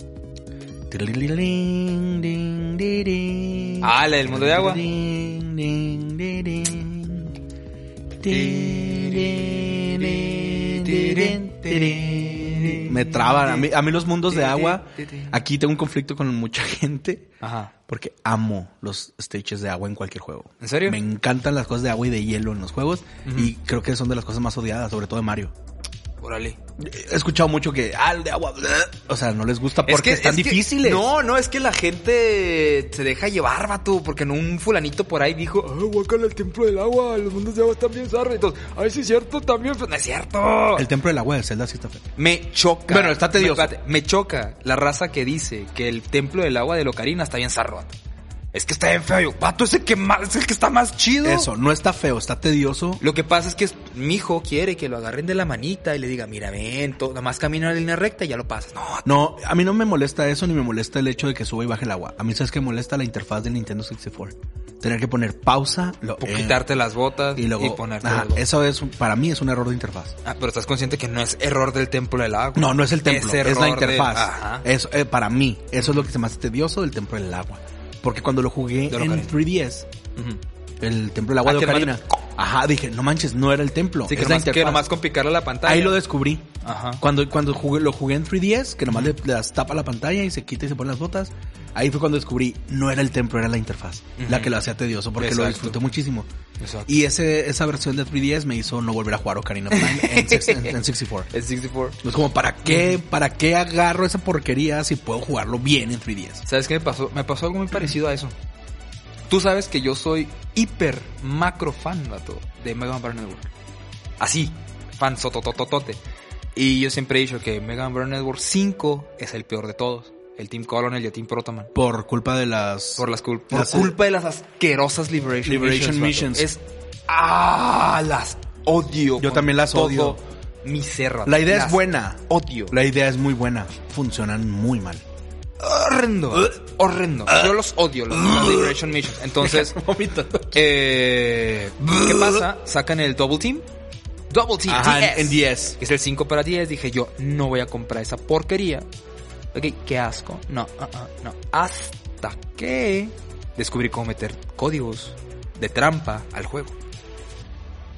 [SPEAKER 2] Ah, la del mundo de agua.
[SPEAKER 1] Ding, ding, ding, ding. Tin, din, din, din, din. Me traban. A mí, a mí los mundos de agua. Aquí tengo un conflicto con mucha gente.
[SPEAKER 2] Ajá.
[SPEAKER 1] Porque amo los stages de agua en cualquier juego.
[SPEAKER 2] ¿En serio?
[SPEAKER 1] Me encantan las cosas de agua y de hielo en los juegos.
[SPEAKER 2] Ujú.
[SPEAKER 1] Y creo que son de las cosas más odiadas, sobre todo de Mario.
[SPEAKER 2] Órale.
[SPEAKER 1] He escuchado mucho que, ah, el de agua. bleh. O sea, no les gusta porque están
[SPEAKER 2] es que-
[SPEAKER 1] difíciles.
[SPEAKER 2] no, no, es que la gente se deja llevar, vato, porque en un fulanito por ahí dijo, ah, guácala el templo del agua, los mundos de agua están bien zarra", y todos, Ay, sí es cierto, también, pues no es cierto.
[SPEAKER 1] El templo del agua de Zelda sí está feo.
[SPEAKER 2] Me choca.
[SPEAKER 1] Bueno, está tedioso.
[SPEAKER 2] Me, espérate, me choca la raza que dice que el templo del agua de Locarina está bien zarro, vato. Es que está bien feo. Yo, vato, es el que más, es el que está más chido.
[SPEAKER 1] Eso, no está feo, está tedioso.
[SPEAKER 2] Lo que pasa es que es- mi hijo quiere que lo agarren de la manita y le diga, mira, ven, to- nada más camina en línea recta y ya lo pasas. No,
[SPEAKER 1] No, a mí no me molesta eso ni me molesta el hecho de que suba y baje el agua. A mí sabes que molesta la interfaz del Nintendo 64. Tener que poner pausa, lo,
[SPEAKER 2] po-
[SPEAKER 1] eh,
[SPEAKER 2] quitarte las botas
[SPEAKER 1] y luego
[SPEAKER 2] ponerte
[SPEAKER 1] ajá,
[SPEAKER 2] las botas.
[SPEAKER 1] eso es un- para mí es un error de interfaz.
[SPEAKER 2] Ah, pero estás consciente que no es error del templo del agua.
[SPEAKER 1] No, no es el templo, es,
[SPEAKER 2] error
[SPEAKER 1] la
[SPEAKER 2] de-
[SPEAKER 1] interfaz.
[SPEAKER 2] Ajá.
[SPEAKER 1] Eso, eh, para mí, eso es lo que se me hace tedioso del templo del agua. Porque cuando lo jugué
[SPEAKER 2] De lo
[SPEAKER 1] en
[SPEAKER 2] Ocarina.
[SPEAKER 1] 3DS,
[SPEAKER 2] Ujú.
[SPEAKER 1] el templo del agua
[SPEAKER 2] Ah,
[SPEAKER 1] de
[SPEAKER 2] que nomás
[SPEAKER 1] Ocarina, ajá, dije, no manches, no era el templo,
[SPEAKER 2] Sí, que
[SPEAKER 1] es la
[SPEAKER 2] nomás, que
[SPEAKER 1] interfaz.
[SPEAKER 2] nomás con picarle a la pantalla.
[SPEAKER 1] Ahí lo descubrí.
[SPEAKER 2] Ajá.
[SPEAKER 1] Cuando, cuando jugué, lo jugué en 3DS, que nomás le, le das tapa la pantalla y se quita y se pone las botas. Ahí fue cuando descubrí, no era el templo, era la interfaz.
[SPEAKER 2] Ujú.
[SPEAKER 1] La que lo hacía tedioso, porque lo
[SPEAKER 2] Exacto.
[SPEAKER 1] disfruté muchísimo.
[SPEAKER 2] Exacto.
[SPEAKER 1] Y ese, esa versión de 3DS me hizo no volver a jugar Ocarina of Time en, sex- en- en 64.
[SPEAKER 2] El 64.
[SPEAKER 1] Es como, ¿para qué, ¿para qué agarro esa porquería si puedo jugarlo bien en 3DS?
[SPEAKER 2] ¿Sabes qué me pasó? Me pasó algo muy parecido a eso. Tú sabes que yo soy hiper macro fan, vato, de Mega Man Battle Network. Así, fan sototototote. Y yo siempre he dicho que Mega Man Battle Network 5 es el peor de todos. El Team Colonel y el Team Protoman.
[SPEAKER 1] Por culpa de las...
[SPEAKER 2] Por, las cul- por
[SPEAKER 1] Las-
[SPEAKER 2] culpa de las asquerosas Liberation,
[SPEAKER 1] Liberation
[SPEAKER 2] Missions. vato.
[SPEAKER 1] Missions.
[SPEAKER 2] Es... ¡Ah! Las odio.
[SPEAKER 1] Yo
[SPEAKER 2] con
[SPEAKER 1] también las
[SPEAKER 2] todo
[SPEAKER 1] odio.
[SPEAKER 2] Mi ser, vato.
[SPEAKER 1] la idea
[SPEAKER 2] Las
[SPEAKER 1] es buena.
[SPEAKER 2] Odio.
[SPEAKER 1] La idea es muy buena. Funcionan muy mal.
[SPEAKER 2] Horrendo. Horrendo. Yo los odio, los- las Liberation Missions. Entonces, eh, ¿qué pasa? Sacan el Double Team. Double Team.
[SPEAKER 1] Ajá, en-
[SPEAKER 2] 10.
[SPEAKER 1] en 10.
[SPEAKER 2] Que es el 5 para 10. Dije yo, no voy a comprar esa porquería. Ok, qué asco. No, ah, ah, no. Hasta que descubrí cómo meter códigos de trampa al juego.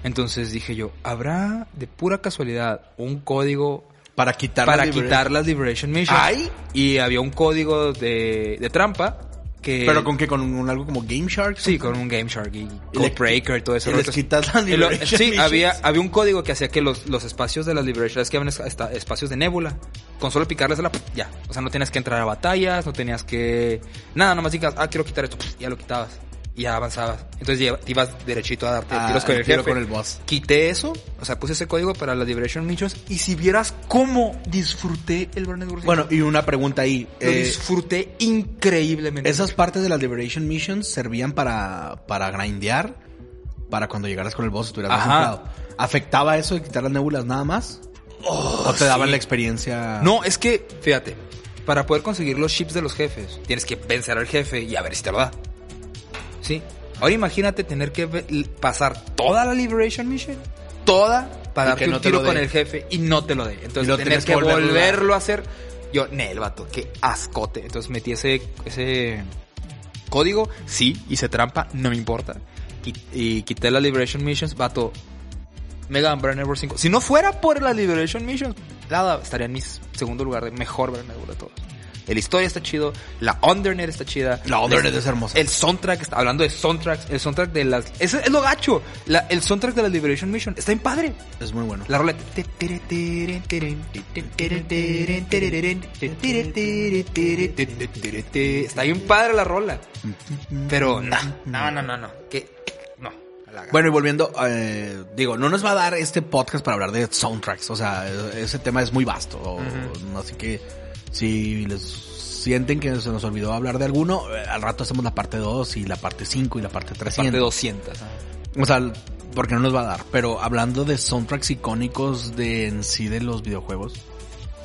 [SPEAKER 2] Entonces dije yo, ¿habrá de pura casualidad un código
[SPEAKER 1] Para quitar
[SPEAKER 2] para
[SPEAKER 1] la libre-
[SPEAKER 2] quitar eh, las Liberation Missions?
[SPEAKER 1] Ay.
[SPEAKER 2] Y había un código de, de trampa que...
[SPEAKER 1] ¿Pero con qué? ¿Con un- algo como Game Shark?
[SPEAKER 2] Sí, con un Game Shark y
[SPEAKER 1] Y
[SPEAKER 2] Code
[SPEAKER 1] le-
[SPEAKER 2] Breaker y todo eso.
[SPEAKER 1] y les quitas las
[SPEAKER 2] Y lo-
[SPEAKER 1] Liberation
[SPEAKER 2] Sí,
[SPEAKER 1] Missions.
[SPEAKER 2] había, había un código que hacía que los, los espacios de las Liberation, es que habían es- hasta espacios de nébula. Con solo picarles a la... Ya. O sea, no tenías que entrar a batallas, no tenías que... Nada, nomás digas, ah, quiero quitar esto. Ya lo quitabas. Y ya avanzabas. Entonces ya te ibas derechito a darte
[SPEAKER 1] Ah,
[SPEAKER 2] tiros con el,
[SPEAKER 1] el tiro
[SPEAKER 2] jefe.
[SPEAKER 1] con el boss.
[SPEAKER 2] Quité eso, o sea, puse ese código para las Liberation Missions. Y si vieras cómo disfruté el Burning Wurst.
[SPEAKER 1] Bueno, y una pregunta ahí.
[SPEAKER 2] lo
[SPEAKER 1] eh,
[SPEAKER 2] disfruté increíblemente.
[SPEAKER 1] ¿Esas partes de las Liberation Missions servían para, para grindear? Para cuando llegaras con el boss estuvieras más
[SPEAKER 2] Ajá.
[SPEAKER 1] inflado. ¿Afectaba eso de quitar las nébulas nada más? ¿O te daban la experiencia?
[SPEAKER 2] Oh, No, es que, fíjate, para poder conseguir los chips de los jefes, tienes que vencer al jefe y a ver si te lo da. Sí. Ahora imagínate tener que ve- l- pasar toda la Liberation Mission, toda,
[SPEAKER 1] Y
[SPEAKER 2] para
[SPEAKER 1] que
[SPEAKER 2] darte
[SPEAKER 1] no
[SPEAKER 2] un
[SPEAKER 1] te lo
[SPEAKER 2] tiro con
[SPEAKER 1] dé.
[SPEAKER 2] el jefe y no te lo dé.
[SPEAKER 1] Y
[SPEAKER 2] Entonces
[SPEAKER 1] lo
[SPEAKER 2] tener
[SPEAKER 1] tienes
[SPEAKER 2] que
[SPEAKER 1] que volverlo a-
[SPEAKER 2] volverlo a hacer. Yo, ne, el vato, qué ascote. Entonces metí ese, ese código, sí, hice trampa, no me importa. Y, y quité las Liberation Missions, vato. Mega Man Battle Network 5. Si no fuera por la Liberation Mission, nada, estaría en mi segundo lugar de mejor Battle Network de todos. El historia está chido, la Undernet está chida.
[SPEAKER 1] La Undernet
[SPEAKER 2] Les-
[SPEAKER 1] es hermosa.
[SPEAKER 2] El soundtrack, está, hablando de soundtracks, el soundtrack de las... Ese es lo gacho. La- el soundtrack de la Liberation Mission está bien padre.
[SPEAKER 1] Es muy bueno.
[SPEAKER 2] La roleta. Está bien padre la rola. Pero no, no, no, no, no. Que no. a la-
[SPEAKER 1] Bueno, y volviendo, eh, digo, no nos va a dar este podcast para hablar de soundtracks. O sea, eh, ese tema es muy vasto.
[SPEAKER 2] Ujú.
[SPEAKER 1] Así que si les sienten que se nos olvidó hablar de alguno, eh, al rato hacemos la parte 2 y la parte 5 y la parte 300.
[SPEAKER 2] parte 200. ajá.
[SPEAKER 1] O sea, porque no nos va a dar. Pero hablando de soundtracks icónicos de en sí de los videojuegos,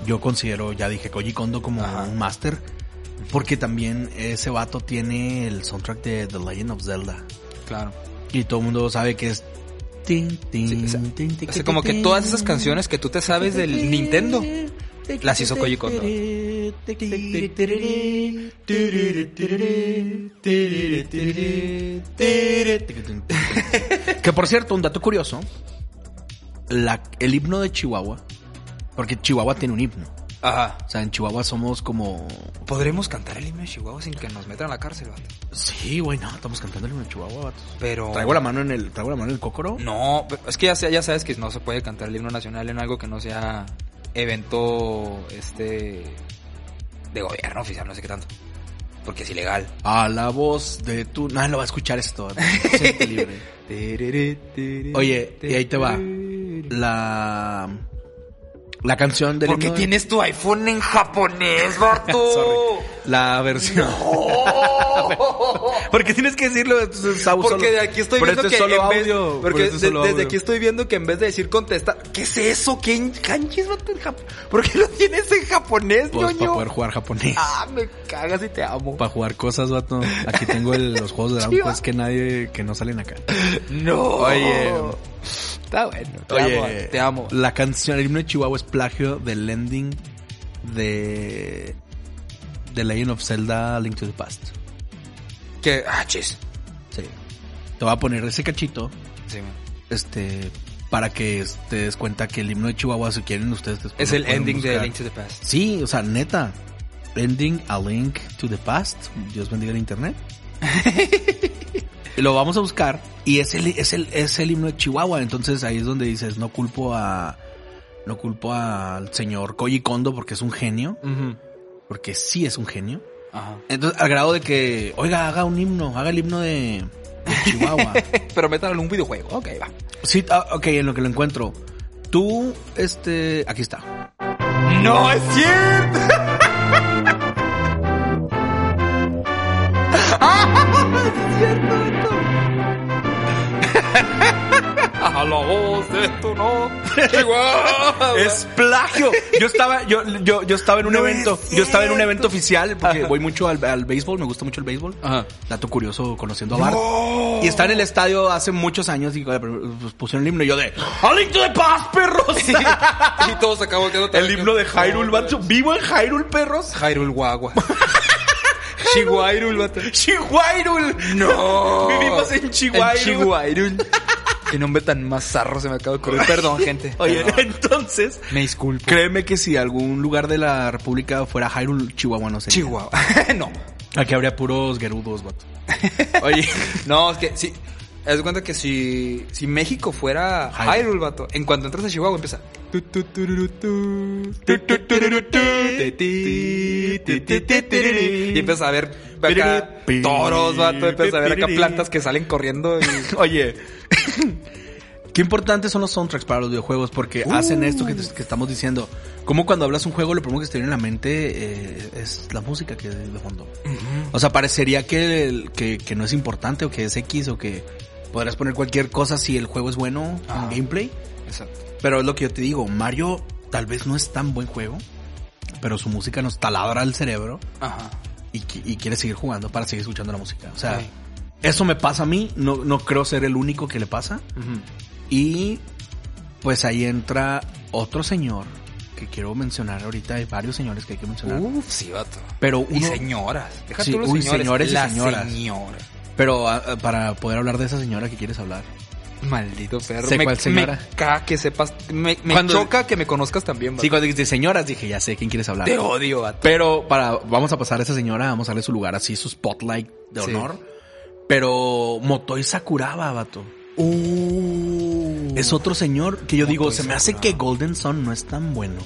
[SPEAKER 1] yo considero, ya dije, Koji Kondo como
[SPEAKER 2] Ajá.
[SPEAKER 1] un máster. Porque también ese vato tiene el soundtrack de The Legend of Zelda.
[SPEAKER 2] Claro.
[SPEAKER 1] Y todo el mundo sabe que es... tin, tin,
[SPEAKER 2] Sí, o sea,
[SPEAKER 1] tin, tin,
[SPEAKER 2] O sea, como que
[SPEAKER 1] tin,
[SPEAKER 2] todas
[SPEAKER 1] tin,
[SPEAKER 2] esas canciones que tú te sabes del Nintendo. las hizo Koji Kondo.
[SPEAKER 1] Que por cierto, un dato curioso. la- el himno de Chihuahua. Porque Chihuahua tiene un himno.
[SPEAKER 2] Ajá.
[SPEAKER 1] O sea, en Chihuahua somos como...
[SPEAKER 2] Podremos cantar el himno de Chihuahua sin que nos metan a la cárcel, vato.
[SPEAKER 1] Sí, güey, no, estamos cantando el himno de Chihuahua, vatos.
[SPEAKER 2] Pero.
[SPEAKER 1] Traigo la mano en el, traigo la mano en el cócoro.
[SPEAKER 2] No, pero es que ya, sa- ya sabes que no se puede cantar el himno nacional en algo que no sea evento este de gobierno oficial, no sé qué tanto. Porque es ilegal.
[SPEAKER 1] A la voz de tu... Nadie lo va a escuchar esto. vato. Siente libre.
[SPEAKER 2] Oye,
[SPEAKER 1] Oye, y ahí te va. La... La canción del
[SPEAKER 2] ¿Por qué
[SPEAKER 1] himno-
[SPEAKER 2] tienes tu iPhone en japonés, Barto?
[SPEAKER 1] Sorry. La versión. Porque tienes que decirlo. Entonces, Sau
[SPEAKER 2] Porque
[SPEAKER 1] solo-
[SPEAKER 2] de aquí estoy
[SPEAKER 1] Pero
[SPEAKER 2] viendo
[SPEAKER 1] este
[SPEAKER 2] que
[SPEAKER 1] es solo
[SPEAKER 2] en vez-
[SPEAKER 1] audio. pero
[SPEAKER 2] porque
[SPEAKER 1] este es
[SPEAKER 2] de-
[SPEAKER 1] solo
[SPEAKER 2] desde
[SPEAKER 1] audio.
[SPEAKER 2] aquí estoy viendo que en vez de decir contestar, ¿qué es eso? ¿Qué en- kanjis, vato, en jap- ¿Por qué lo tienes en japonés,
[SPEAKER 1] Pues, para
[SPEAKER 2] ñoño?
[SPEAKER 1] poder jugar japonés.
[SPEAKER 2] Ah, me cagas y te amo.
[SPEAKER 1] Para jugar cosas, vato. Aquí tengo el- los juegos de Dragon
[SPEAKER 2] Chiva.
[SPEAKER 1] Quest que nadie, que no salen acá.
[SPEAKER 2] No.
[SPEAKER 1] Oye.
[SPEAKER 2] Está bueno. Te amo. Te amo.
[SPEAKER 1] La canción, el himno de Chihuahua es plagio del ending de The Legend of Zelda Link to the Past.
[SPEAKER 2] Que, ah, chis.
[SPEAKER 1] Sí. Te voy a poner ese cachito,
[SPEAKER 2] Sí, man.
[SPEAKER 1] este, para que te des cuenta que el himno de Chihuahua, si quieren ustedes después
[SPEAKER 2] Es
[SPEAKER 1] lo
[SPEAKER 2] el
[SPEAKER 1] pueden
[SPEAKER 2] ending de
[SPEAKER 1] buscar.
[SPEAKER 2] Link to the Past.
[SPEAKER 1] Sí, o sea, neta. Ending a Link to the Past. Dios bendiga el internet. lo vamos a buscar y es el, es el, es el himno de Chihuahua. Entonces ahí es donde dices, no culpo a, no culpo al señor Koji Kondo porque es un genio, porque sí es un genio.
[SPEAKER 2] Ajá.
[SPEAKER 1] Entonces, al grado de que, oiga, haga un himno, haga el himno de, de Chihuahua.
[SPEAKER 2] Pero métalo en un videojuego. Ok, va.
[SPEAKER 1] sí, ah, ok, en lo que lo encuentro. Tú, este, aquí está.
[SPEAKER 2] ¡No es cierto! ¡Ah, es cierto! A la voz de tu no. Chihuahua.
[SPEAKER 1] Es plagio. Yo estaba, yo, yo, yo estaba en un
[SPEAKER 2] No
[SPEAKER 1] evento.
[SPEAKER 2] es
[SPEAKER 1] Yo estaba en un
[SPEAKER 2] cierto.
[SPEAKER 1] evento oficial porque
[SPEAKER 2] Ajá.
[SPEAKER 1] voy mucho al, al béisbol, me gusta mucho el béisbol.
[SPEAKER 2] Ajá.
[SPEAKER 1] Dato curioso conociendo a Bart. Y estaba en el estadio hace muchos años y pues, pusieron el himno y yo de ¡Alito de paz, perros!
[SPEAKER 2] Y todos acabó quedando
[SPEAKER 1] El himno de Hyrule, vato. Vivo en Hyrule, perros.
[SPEAKER 2] Hyrule Guagua. Chihuahirul, vato.
[SPEAKER 1] Chihuahirul.
[SPEAKER 2] No.
[SPEAKER 1] Vivimos en Chihuahua.
[SPEAKER 2] En Chihuahirul. Qué nombre tan mazarro se me acaba de ocurrir. Perdón, gente.
[SPEAKER 1] Oye,
[SPEAKER 2] Perdón.
[SPEAKER 1] entonces,
[SPEAKER 2] me disculpo.
[SPEAKER 1] créeme que si algún lugar de la república fuera Hyrule, Chihuahua no sería.
[SPEAKER 2] Chihuahua. no.
[SPEAKER 1] Aquí habría puros gerudos, vato. Oye.
[SPEAKER 2] No, es que si. Haz de cuenta que si, si México fuera
[SPEAKER 1] Hyrule.
[SPEAKER 2] Hyrule, vato, en cuanto entras a Chihuahua empieza. tu, tu, tururu, tu, tu, tu, tururu, tu, ti, ti, ti, ti, ti, tiriri. Y empiezas a ver acá
[SPEAKER 1] Piriri,
[SPEAKER 2] toros, vato, empiezas a ver acá
[SPEAKER 1] piriri.
[SPEAKER 2] plantas que salen corriendo y.
[SPEAKER 1] Oye, qué importantes son los soundtracks para los videojuegos porque
[SPEAKER 2] Uh.
[SPEAKER 1] hacen esto que, que estamos diciendo. Como cuando hablas un juego, lo primero que se te viene a la mente eh, es la música que de fondo. O sea, parecería que, el- que, que no es importante o que es X o que podrás poner cualquier cosa si el juego es bueno
[SPEAKER 2] Ajá.
[SPEAKER 1] en gameplay.
[SPEAKER 2] Exacto.
[SPEAKER 1] Pero es lo que yo te digo, Mario tal vez no es tan buen juego, pero su música nos taladra el cerebro
[SPEAKER 2] Ajá.
[SPEAKER 1] y, qui- y quiere seguir jugando para seguir escuchando la música. O sea,
[SPEAKER 2] Ay.
[SPEAKER 1] eso me pasa a mí, no, no creo ser el único que le pasa. Y pues ahí entra otro señor que quiero mencionar ahorita, hay varios señores que hay que mencionar.
[SPEAKER 2] Uf, sí, vato.
[SPEAKER 1] Pero
[SPEAKER 2] Uh, Y
[SPEAKER 1] uno,
[SPEAKER 2] señoras. Deja
[SPEAKER 1] Sí,
[SPEAKER 2] tú los
[SPEAKER 1] uy,
[SPEAKER 2] señores.
[SPEAKER 1] señores y
[SPEAKER 2] las
[SPEAKER 1] señoras.
[SPEAKER 2] señora.
[SPEAKER 1] pero ah, ah, para poder hablar de esa señora que quieres hablar.
[SPEAKER 2] Maldito perro.
[SPEAKER 1] Sé
[SPEAKER 2] me,
[SPEAKER 1] cuál señora.
[SPEAKER 2] me caga que sepas. Me, me
[SPEAKER 1] Cuando-
[SPEAKER 2] choca que me conozcas también, vato.
[SPEAKER 1] Sí, cuando dijiste señoras dije, ya sé quién quieres hablar.
[SPEAKER 2] Te odio, vato.
[SPEAKER 1] Pero para, vamos a pasar a esa señora, vamos a darle su lugar así, su spotlight de
[SPEAKER 2] Sí.
[SPEAKER 1] honor. Pero Motoi Sakuraba, vato.
[SPEAKER 2] Uh.
[SPEAKER 1] Es otro señor que yo digo,
[SPEAKER 2] Motoi
[SPEAKER 1] se me hace
[SPEAKER 2] Sakuraba.
[SPEAKER 1] que Golden Sun no es tan bueno.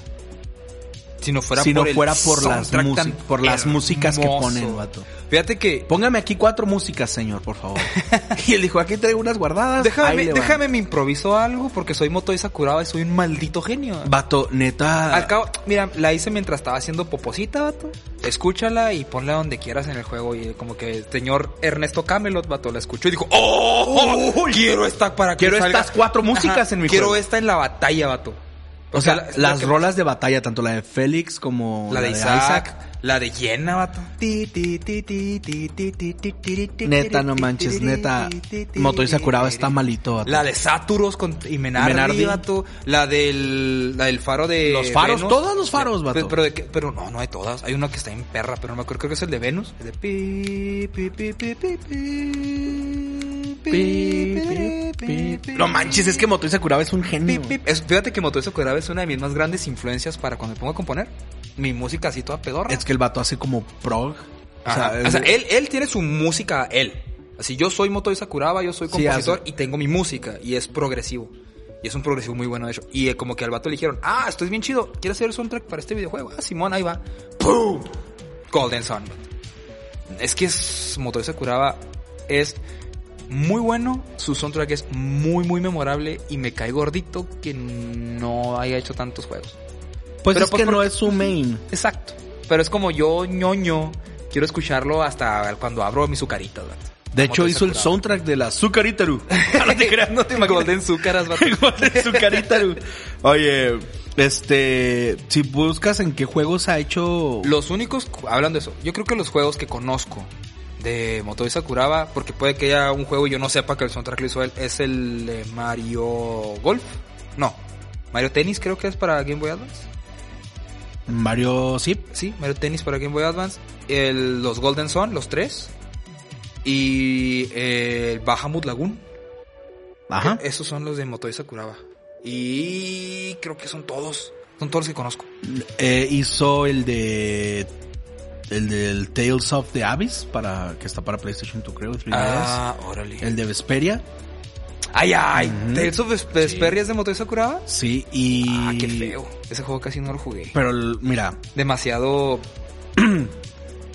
[SPEAKER 2] Si no fuera
[SPEAKER 1] si no
[SPEAKER 2] por el
[SPEAKER 1] fuera por las,
[SPEAKER 2] soundtrack
[SPEAKER 1] musi-
[SPEAKER 2] tan
[SPEAKER 1] por las músicas que
[SPEAKER 2] hermoso.
[SPEAKER 1] ponen, vato.
[SPEAKER 2] Fíjate que.
[SPEAKER 1] Póngame aquí cuatro músicas, señor, por favor. y él dijo, aquí traigo unas guardadas. ahí
[SPEAKER 2] Déjame,
[SPEAKER 1] le van.
[SPEAKER 2] déjame me improviso algo porque soy Motoi Sakuraba y soy un maldito genio.
[SPEAKER 1] Vato, neta.
[SPEAKER 2] Al cabo, mira, la hice mientras estaba haciendo poposita, vato. Escúchala y ponla donde quieras en el juego. Y como que el señor Ernesto Camelot, vato, la escuchó y dijo, ¡Oh!
[SPEAKER 1] Uy.
[SPEAKER 2] quiero esta para que
[SPEAKER 1] Quiero
[SPEAKER 2] salga".
[SPEAKER 1] estas cuatro músicas en mi
[SPEAKER 2] Quiero
[SPEAKER 1] juego.
[SPEAKER 2] esta en la batalla, vato.
[SPEAKER 1] o sea,
[SPEAKER 2] es lo
[SPEAKER 1] las
[SPEAKER 2] que-
[SPEAKER 1] rolas de batalla, tanto la de Félix como
[SPEAKER 2] La de Isaac, la de Jenna, vato.
[SPEAKER 1] Neta, no manches, neta. Motoi Sakuraba está malito, vato.
[SPEAKER 2] La de Saturos con y Menardi,
[SPEAKER 1] Menardi.
[SPEAKER 2] vato. La del, la del faro de.
[SPEAKER 1] Los faros,
[SPEAKER 2] Venus.
[SPEAKER 1] todos los faros, vato.
[SPEAKER 2] Pero, pero de qué- pero no, no hay todas. Hay una que está en perra, pero no me acuerdo. Creo que es el de Venus. El de pi, pi, pi, pi, pi, pi, pi, pi, pi, pi.
[SPEAKER 1] No manches, es que Motoi Sakuraba es un genio.
[SPEAKER 2] Pip, pip. Es- fíjate que Motoi Sakuraba es una de mis más grandes influencias para cuando me pongo a componer. Mi música así toda pedorra.
[SPEAKER 1] Es que el vato hace como prog.
[SPEAKER 2] O sea,
[SPEAKER 1] es-
[SPEAKER 2] o sea, él, él tiene su música, él. Así, yo soy Motoi Sakuraba, yo soy
[SPEAKER 1] Sí,
[SPEAKER 2] compositor
[SPEAKER 1] hace-
[SPEAKER 2] y tengo mi música. Y es progresivo. Y es un progresivo muy bueno, de hecho. Y eh, como que al vato le dijeron, ah, esto es bien chido, ¿quieres hacer el soundtrack para este videojuego? Ah, Simón, ahí va. ¡Pum! Golden Sun. Es que es, Motoi Sakuraba es muy bueno, su soundtrack es muy, muy memorable y me cae gordito que no haya hecho tantos juegos.
[SPEAKER 1] Pues
[SPEAKER 2] Pero
[SPEAKER 1] es que
[SPEAKER 2] por-
[SPEAKER 1] no es su main.
[SPEAKER 2] Exacto. Pero es como yo, ñoño, quiero escucharlo hasta cuando abro mis sucaritas, vato.
[SPEAKER 1] De
[SPEAKER 2] Como
[SPEAKER 1] hecho,
[SPEAKER 2] estoy
[SPEAKER 1] hizo el
[SPEAKER 2] saturado.
[SPEAKER 1] soundtrack de la Zucaritaru. No te creas, no te imaginas.
[SPEAKER 2] Golden Zúcaras, vato.
[SPEAKER 1] Golden Zucaritaru. Oye, este. Si buscas en qué juegos ha hecho.
[SPEAKER 2] Los únicos, cu- hablando de eso, yo creo que los juegos que conozco de Motoi Sakuraba, porque puede que haya un juego y yo no sepa que el soundtrack lo hizo él, es el de Mario Golf. No, Mario Tennis creo que es para Game Boy Advance.
[SPEAKER 1] Mario Zip.
[SPEAKER 2] Sí, Mario Tennis para Game Boy Advance. El- los Golden Sun, los tres. Y eh, el Bahamut Lagoon.
[SPEAKER 1] Ajá.
[SPEAKER 2] Esos son los de Motoi Sakuraba. Y creo que son todos. Son todos los que conozco.
[SPEAKER 1] Eh, hizo el de. El del Tales of the Abyss. Para, que está para PlayStation 2, creo. 3DS.
[SPEAKER 2] Ah, órale.
[SPEAKER 1] El de Vesperia.
[SPEAKER 2] Ay, ay.
[SPEAKER 1] Ujú.
[SPEAKER 2] Tales of Vesperia es de Motoi Sakuraba.
[SPEAKER 1] Sí, y.
[SPEAKER 2] Ah, qué feo. Ese juego casi no lo jugué.
[SPEAKER 1] Pero el- mira,
[SPEAKER 2] Demasiado.
[SPEAKER 1] El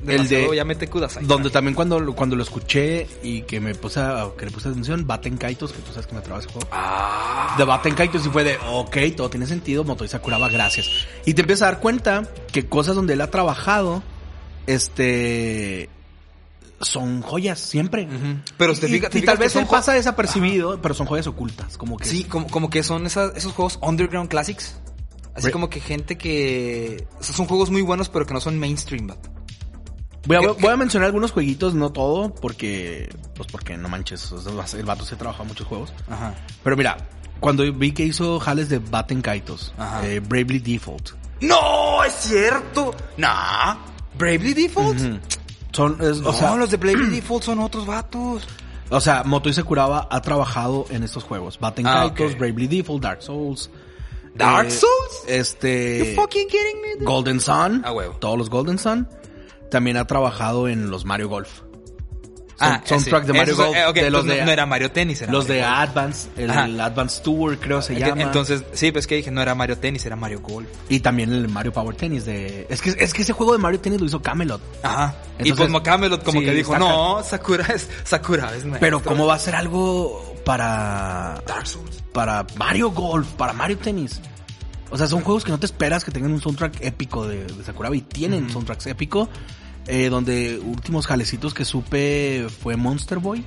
[SPEAKER 1] de-
[SPEAKER 2] demasiado Ya mete Kudasai.
[SPEAKER 1] donde también cuando, lo- cuando lo escuché y que me puse a- que le puse atención, Baten Kaitos, que tú sabes que me trabas ese juego.
[SPEAKER 2] Ah.
[SPEAKER 1] De Baten Kaitos y fue de, ok, todo tiene sentido, Motoi Sakuraba, gracias. Y te empiezas a dar cuenta que cosas donde él ha trabajado, este, son joyas siempre.
[SPEAKER 2] Ujú. Pero te
[SPEAKER 1] Y-
[SPEAKER 2] fijas,
[SPEAKER 1] y, tal vez
[SPEAKER 2] son
[SPEAKER 1] él pasa desapercibido, pero son joyas ocultas, como que.
[SPEAKER 2] Sí, como, como que son esas- esos juegos underground classics. Así
[SPEAKER 1] Re-
[SPEAKER 2] como que gente que. o sea, son juegos muy buenos, pero que no son mainstream, vato.
[SPEAKER 1] Voy a,
[SPEAKER 2] ¿Qué-
[SPEAKER 1] voy a mencionar algunos jueguitos, no todo, porque, pues porque no manches, o sea, el vato se trabaja muchos juegos.
[SPEAKER 2] Ajá.
[SPEAKER 1] Pero mira, cuando vi que hizo jales de Batten Kaitos,
[SPEAKER 2] Ajá.
[SPEAKER 1] eh, Bravely Default,
[SPEAKER 2] ¡No! ¡Es cierto! ¡Nah! ¿Bravely Default?
[SPEAKER 1] Ujú. son, es-
[SPEAKER 2] No,
[SPEAKER 1] o sea, mm.
[SPEAKER 2] los de Bravely Default son otros vatos.
[SPEAKER 1] o sea, Motoi Sakuraba ha trabajado en estos juegos, Batten
[SPEAKER 2] Ah,
[SPEAKER 1] Kaitos,
[SPEAKER 2] ok.
[SPEAKER 1] Bravely Default, Dark Souls,
[SPEAKER 2] ¿Dark
[SPEAKER 1] eh,
[SPEAKER 2] Souls?
[SPEAKER 1] este,
[SPEAKER 2] ¿You fucking kidding me? dude?
[SPEAKER 1] Golden Sun,
[SPEAKER 2] Ah, huevo.
[SPEAKER 1] todos los Golden Sun, también ha trabajado en los Mario Golf,
[SPEAKER 2] Ah,
[SPEAKER 1] son
[SPEAKER 2] sí.
[SPEAKER 1] tracks de Mario
[SPEAKER 2] Esos-
[SPEAKER 1] Golf,
[SPEAKER 2] eh, ok,
[SPEAKER 1] de los
[SPEAKER 2] entonces
[SPEAKER 1] de-
[SPEAKER 2] no, no era Mario Tennis, era
[SPEAKER 1] los
[SPEAKER 2] Mario
[SPEAKER 1] de
[SPEAKER 2] Golf.
[SPEAKER 1] Advance, el
[SPEAKER 2] Ajá.
[SPEAKER 1] Advance Tour creo se
[SPEAKER 2] Ok,
[SPEAKER 1] llama,
[SPEAKER 2] Entonces, sí, pues que dije, no era Mario Tennis, era Mario Golf.
[SPEAKER 1] y también el Mario Power Tennis de, es que es que ese juego de Mario Tennis lo hizo Camelot.
[SPEAKER 2] Ajá. y
[SPEAKER 1] Entonces-
[SPEAKER 2] pues Mocamelot como
[SPEAKER 1] Sí,
[SPEAKER 2] que dijo,
[SPEAKER 1] está
[SPEAKER 2] no, Sakura es, Sakura es
[SPEAKER 1] Pero
[SPEAKER 2] maestro".
[SPEAKER 1] cómo va a ser algo para
[SPEAKER 2] Dark Souls.
[SPEAKER 1] para Mario Golf, para Mario Tennis. O sea, son juegos que no te esperas que tengan un soundtrack épico de, de Sakuraba y tienen soundtracks épico. eh, donde últimos jalecitos que supe fue Monster Boy.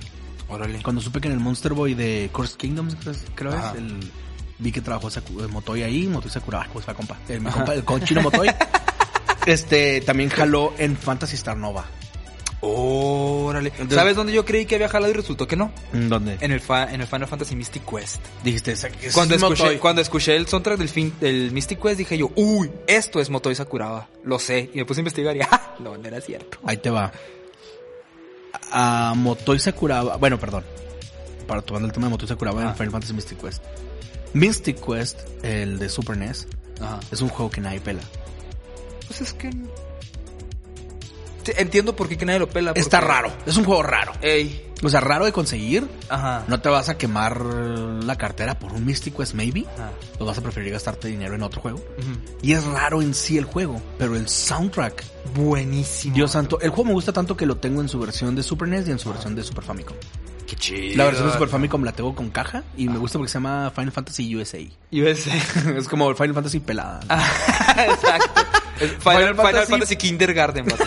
[SPEAKER 2] Órale.
[SPEAKER 1] Cuando supe que en el Monster Boy de Curse Kingdoms, creo- creo
[SPEAKER 2] Ajá.
[SPEAKER 1] es, el- vi que trabajó Saku- eh, Motoy ahí, Motoy Sakuraba, pues fue compa, el, mi compa, el co- chino Motoy. este, también jaló en Fantasy Star Nova.
[SPEAKER 2] Órale.
[SPEAKER 1] Entonces-
[SPEAKER 2] ¿Sabes dónde yo creí que había jalado y resultó que no?
[SPEAKER 1] ¿Dónde?
[SPEAKER 2] En el, fa- en el Final Fantasy Mystic Quest.
[SPEAKER 1] Dijiste, "Esa- es
[SPEAKER 2] Cuando escuché,
[SPEAKER 1] Motoy".
[SPEAKER 2] cuando escuché el soundtrack del, fin, del Mystic Quest dije yo, uy, esto es Motoi Sakuraba. Lo sé. Y me puse a investigar y ¡ah! No, no era cierto.
[SPEAKER 1] Ahí te va. A Motoi Sakuraba. Bueno, perdón. Para tomando el tema de Motoi Sakuraba
[SPEAKER 2] Ah.
[SPEAKER 1] en Final Fantasy Mystic Quest. Mystic Quest, el de Super NES,
[SPEAKER 2] Ajá.
[SPEAKER 1] es un juego que nadie pela.
[SPEAKER 2] Pues es que... Sí, Entiendo por qué que nadie lo pela. porque-
[SPEAKER 1] Está raro. Es un juego raro.
[SPEAKER 2] Ey.
[SPEAKER 1] O sea, raro de conseguir.
[SPEAKER 2] Ajá.
[SPEAKER 1] No te vas a quemar la cartera por un Mystic Quest, maybe.
[SPEAKER 2] Ajá.
[SPEAKER 1] Lo vas a preferir gastarte dinero en otro juego.
[SPEAKER 2] Ujú.
[SPEAKER 1] Y es raro en sí el juego. Pero el soundtrack,
[SPEAKER 2] Buenísimo.
[SPEAKER 1] Dios santo. El juego me gusta tanto que lo tengo en su versión de Super NES y en su versión de Super Famicom.
[SPEAKER 2] Qué chido.
[SPEAKER 1] La versión de Super Famicom la tengo con caja y
[SPEAKER 2] Ah.
[SPEAKER 1] me gusta porque se llama Final Fantasy USA.
[SPEAKER 2] USA.
[SPEAKER 1] es como Final Fantasy pelada. ¿no?
[SPEAKER 2] Exacto. Es Final,
[SPEAKER 1] Final
[SPEAKER 2] Final Fantasy...
[SPEAKER 1] Fantasy-
[SPEAKER 2] Kindergarten. vato.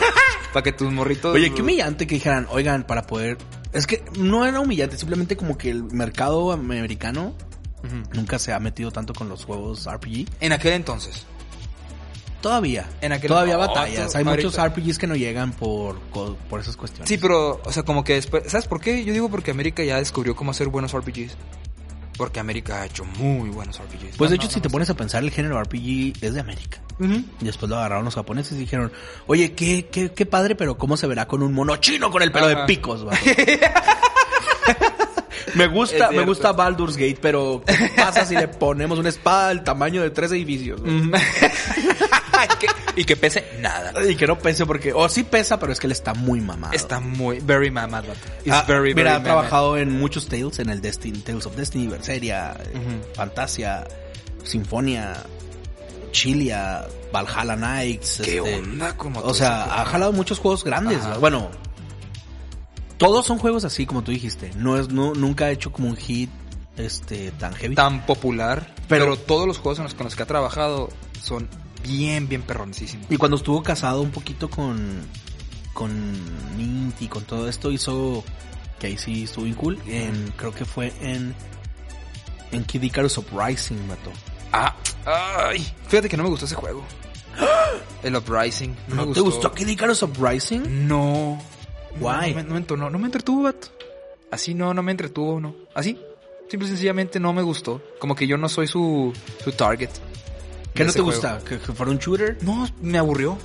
[SPEAKER 2] Para que tus morritos...
[SPEAKER 1] Oye, qué humillante que dijeran, oigan, para poder... Es que no era humillante, simplemente como que el mercado americano
[SPEAKER 2] Ujú.
[SPEAKER 1] nunca se ha metido tanto con los juegos RPG.
[SPEAKER 2] En aquel entonces.
[SPEAKER 1] Todavía.
[SPEAKER 2] En aquel-
[SPEAKER 1] Todavía
[SPEAKER 2] No,
[SPEAKER 1] batallas.
[SPEAKER 2] tú-
[SPEAKER 1] Hay
[SPEAKER 2] ahorita-
[SPEAKER 1] muchos RPGs que no llegan por, co- por esas cuestiones.
[SPEAKER 2] Sí, pero, o sea, como que después. ¿Sabes por qué? Yo digo porque América ya descubrió cómo hacer buenos RPGs. Porque América ha hecho muy buenos RPGs.
[SPEAKER 1] Pues de
[SPEAKER 2] No,
[SPEAKER 1] hecho,
[SPEAKER 2] no,
[SPEAKER 1] si
[SPEAKER 2] no
[SPEAKER 1] te
[SPEAKER 2] más.
[SPEAKER 1] pones a pensar, el género RPG es de América.
[SPEAKER 2] Ujú.
[SPEAKER 1] Y después lo agarraron los japoneses y dijeron, oye, qué, qué, qué padre, pero ¿cómo se verá con un mono chino con el pelo de
[SPEAKER 2] Ajá.
[SPEAKER 1] picos? vato?" me
[SPEAKER 2] Es
[SPEAKER 1] gusta, me
[SPEAKER 2] cierto.
[SPEAKER 1] gusta Baldur's Gate, pero ¿qué pasa si le ponemos una espada al tamaño de tres edificios? vato?
[SPEAKER 2] Mm. Que- y que pese nada.
[SPEAKER 1] Y que no pese porque, o sí pesa, pero es que él está muy mamado.
[SPEAKER 2] Está muy. Very mamad, vato. It's
[SPEAKER 1] Ah,
[SPEAKER 2] very,
[SPEAKER 1] mira,
[SPEAKER 2] very
[SPEAKER 1] ha trabajado en muchos Tales, en el Destiny, Tales of Destiny, Berseria, eh,
[SPEAKER 2] Ujú.
[SPEAKER 1] Fantasia, Sinfonia, Chilia, Valhalla Knights.
[SPEAKER 2] mamad. ¿Qué
[SPEAKER 1] este,
[SPEAKER 2] onda? Como
[SPEAKER 1] O sea, ha jalado muchos juegos grandes.
[SPEAKER 2] Ajá.
[SPEAKER 1] ¿no? Bueno, todos son juegos así, como tú dijiste. No es, no, nunca ha hecho como un hit este tan heavy.
[SPEAKER 2] tan popular.
[SPEAKER 1] Pero-
[SPEAKER 2] Pero, todos los juegos en los, con los que ha trabajado son bien, bien perroncísimo.
[SPEAKER 1] Y cuando estuvo casado un poquito con. con Mint y con todo esto, hizo. que ahí sí estuvo bien cool. en- creo que fue en. en Kid Icarus Uprising, mató.
[SPEAKER 2] Ah, ay, fíjate que no me gustó ese juego. El Uprising. No,
[SPEAKER 1] ¿No
[SPEAKER 2] me
[SPEAKER 1] te
[SPEAKER 2] gustó. Mm,
[SPEAKER 1] gustó Kid Icarus Uprising?
[SPEAKER 2] No.
[SPEAKER 1] Why?
[SPEAKER 2] No, me, no me entonó, no me entretuvo, vato. Así no, no me entretuvo, no. Así. Simple y sencillamente no me gustó. Como que yo no soy su, su target.
[SPEAKER 1] ¿Qué
[SPEAKER 2] de
[SPEAKER 1] no
[SPEAKER 2] ese
[SPEAKER 1] te
[SPEAKER 2] juego.
[SPEAKER 1] gusta? ¿Que, que fuera un shooter?
[SPEAKER 2] No, me aburrió.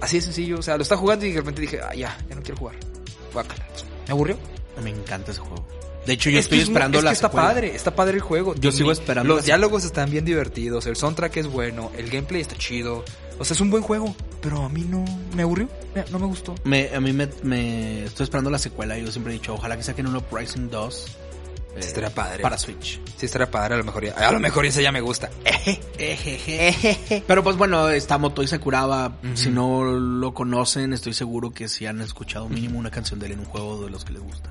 [SPEAKER 2] Así de sencillo. O sea, lo estaba jugando y de repente dije, ah, ya, ya no quiero jugar. Guácala. Me aburrió.
[SPEAKER 1] Me encanta ese juego. De hecho, yo
[SPEAKER 2] Es que
[SPEAKER 1] estoy
[SPEAKER 2] es mu-
[SPEAKER 1] esperando
[SPEAKER 2] es que
[SPEAKER 1] la
[SPEAKER 2] está
[SPEAKER 1] secuela.
[SPEAKER 2] padre, está padre el juego.
[SPEAKER 1] Yo sigo
[SPEAKER 2] Ni-
[SPEAKER 1] esperando la
[SPEAKER 2] Los
[SPEAKER 1] secuela.
[SPEAKER 2] diálogos están bien divertidos, el soundtrack es bueno, el gameplay está chido. O sea, es un buen juego, pero a mí no me aburrió, me- no me gustó.
[SPEAKER 1] Me- a mí me, me- estoy esperando la secuela. Yo siempre he dicho, ojalá que saquen un Uprising 2 eh,
[SPEAKER 2] Estaría padre.
[SPEAKER 1] para Switch.
[SPEAKER 2] Sí, estaría padre, a lo mejor ya, a lo mejor ese ya me gusta. Eje.
[SPEAKER 1] Pero pues bueno, está Motoi Sakuraba.
[SPEAKER 2] Ujú.
[SPEAKER 1] Si no lo conocen, estoy seguro que si han escuchado mínimo una canción de él en un juego de los que les gusta.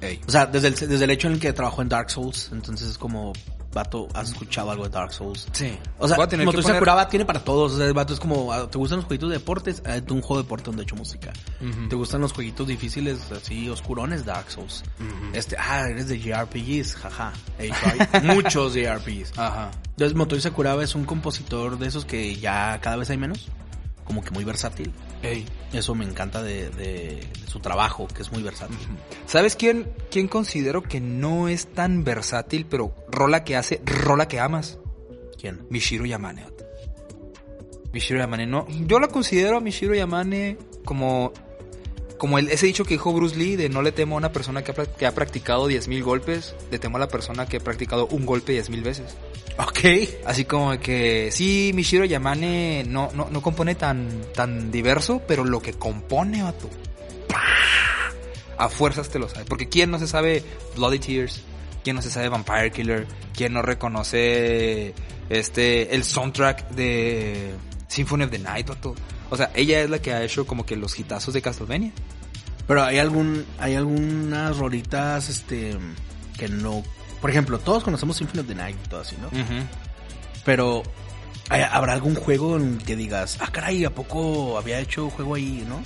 [SPEAKER 2] Ey.
[SPEAKER 1] O sea, desde el, desde el hecho en el que trabajó en Dark Souls, entonces es como, vato, has escuchado algo de Dark Souls.
[SPEAKER 2] Sí.
[SPEAKER 1] O sea,
[SPEAKER 2] Voy a tener que
[SPEAKER 1] Motoi
[SPEAKER 2] poner-
[SPEAKER 1] Sakuraba tiene para todos. O sea, el vato es como, ah, ¿te gustan los jueguitos de deportes? Ah, un juego de deporte donde he hecho música.
[SPEAKER 2] Ujú.
[SPEAKER 1] ¿Te gustan los jueguitos difíciles, así, oscurones? Dark Souls.
[SPEAKER 2] Ujú.
[SPEAKER 1] Este, ah, eres de JRPGs, jaja. He hecho hay muchos JRPGs.
[SPEAKER 2] Ajá.
[SPEAKER 1] Entonces, Motoy Sakuraba es un compositor de esos que ya cada vez hay menos. Como que muy versátil.
[SPEAKER 2] Ey.
[SPEAKER 1] Eso me encanta de, de- de su trabajo, que es muy versátil.
[SPEAKER 2] ¿Sabes quién, quién considero que no es tan versátil, pero rola que hace, rola que amas?
[SPEAKER 1] ¿Quién?
[SPEAKER 2] Mishiro Yamane. vato. Mishiro Yamane, no. Yo la considero a Mishiro Yamane como. Como el, ese dicho que dijo Bruce Lee de no le temo a una persona que ha, pra- que ha practicado 10.000 golpes, le temo a la persona que ha practicado un golpe 10.000 veces.
[SPEAKER 1] Ok.
[SPEAKER 2] Así como que sí, Mishiro Yamane no, no, no compone tan, tan diverso, pero lo que compone, vato. ¡pah! A fuerzas te lo sabe. Porque ¿quién no se sabe Bloody Tears? ¿Quién no se sabe Vampire Killer? ¿Quién no reconoce este el soundtrack de Symphony of the Night, vato? O sea, ella es la que ha hecho como que los hitazos de Castlevania.
[SPEAKER 1] Pero hay algún, hay algunas rolitas, este, que no. Por ejemplo, todos conocemos Symphony of the Night y todo así, ¿no?
[SPEAKER 2] Mm.
[SPEAKER 1] Pero ¿hay- habrá algún juego en que digas, ah, caray, ¿a poco había hecho juego ahí, no?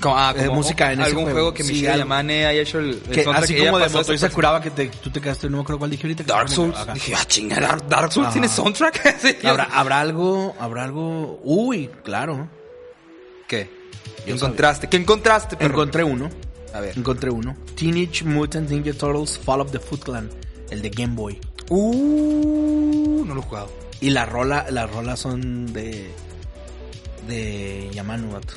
[SPEAKER 2] Como- ah,
[SPEAKER 1] Eh,
[SPEAKER 2] como
[SPEAKER 1] música en ese
[SPEAKER 2] algún
[SPEAKER 1] juego.
[SPEAKER 2] juego, que
[SPEAKER 1] Sí,
[SPEAKER 2] Mishiro
[SPEAKER 1] algo.
[SPEAKER 2] Yamane haya hecho el, el
[SPEAKER 1] Que
[SPEAKER 2] soundtrack
[SPEAKER 1] así
[SPEAKER 2] que ella
[SPEAKER 1] como de
[SPEAKER 2] pasó a
[SPEAKER 1] Motoy
[SPEAKER 2] ese
[SPEAKER 1] Sakuraba que te- tú te quedaste, no me acuerdo cuál dije ahorita. que
[SPEAKER 2] Dark
[SPEAKER 1] fue como
[SPEAKER 2] Souls.
[SPEAKER 1] que, ajá.
[SPEAKER 2] Dije, ah, chinga, Dark, Dark Souls
[SPEAKER 1] Ajá.
[SPEAKER 2] tiene soundtrack. Sí, yo-
[SPEAKER 1] ¿Habrá, habrá algo, habrá algo. Uy, claro.
[SPEAKER 2] ¿Qué? ¿Qué
[SPEAKER 1] Yo
[SPEAKER 2] encontraste? ¿Qué encontraste, perro?
[SPEAKER 1] Encontré uno.
[SPEAKER 2] A ver.
[SPEAKER 1] Encontré uno. Teenage Mutant Ninja Turtles Fall of the Foot Clan. El de Game Boy.
[SPEAKER 2] Uh, no lo he jugado.
[SPEAKER 1] Y la rola, las rolas son de. de Yamanu, vato.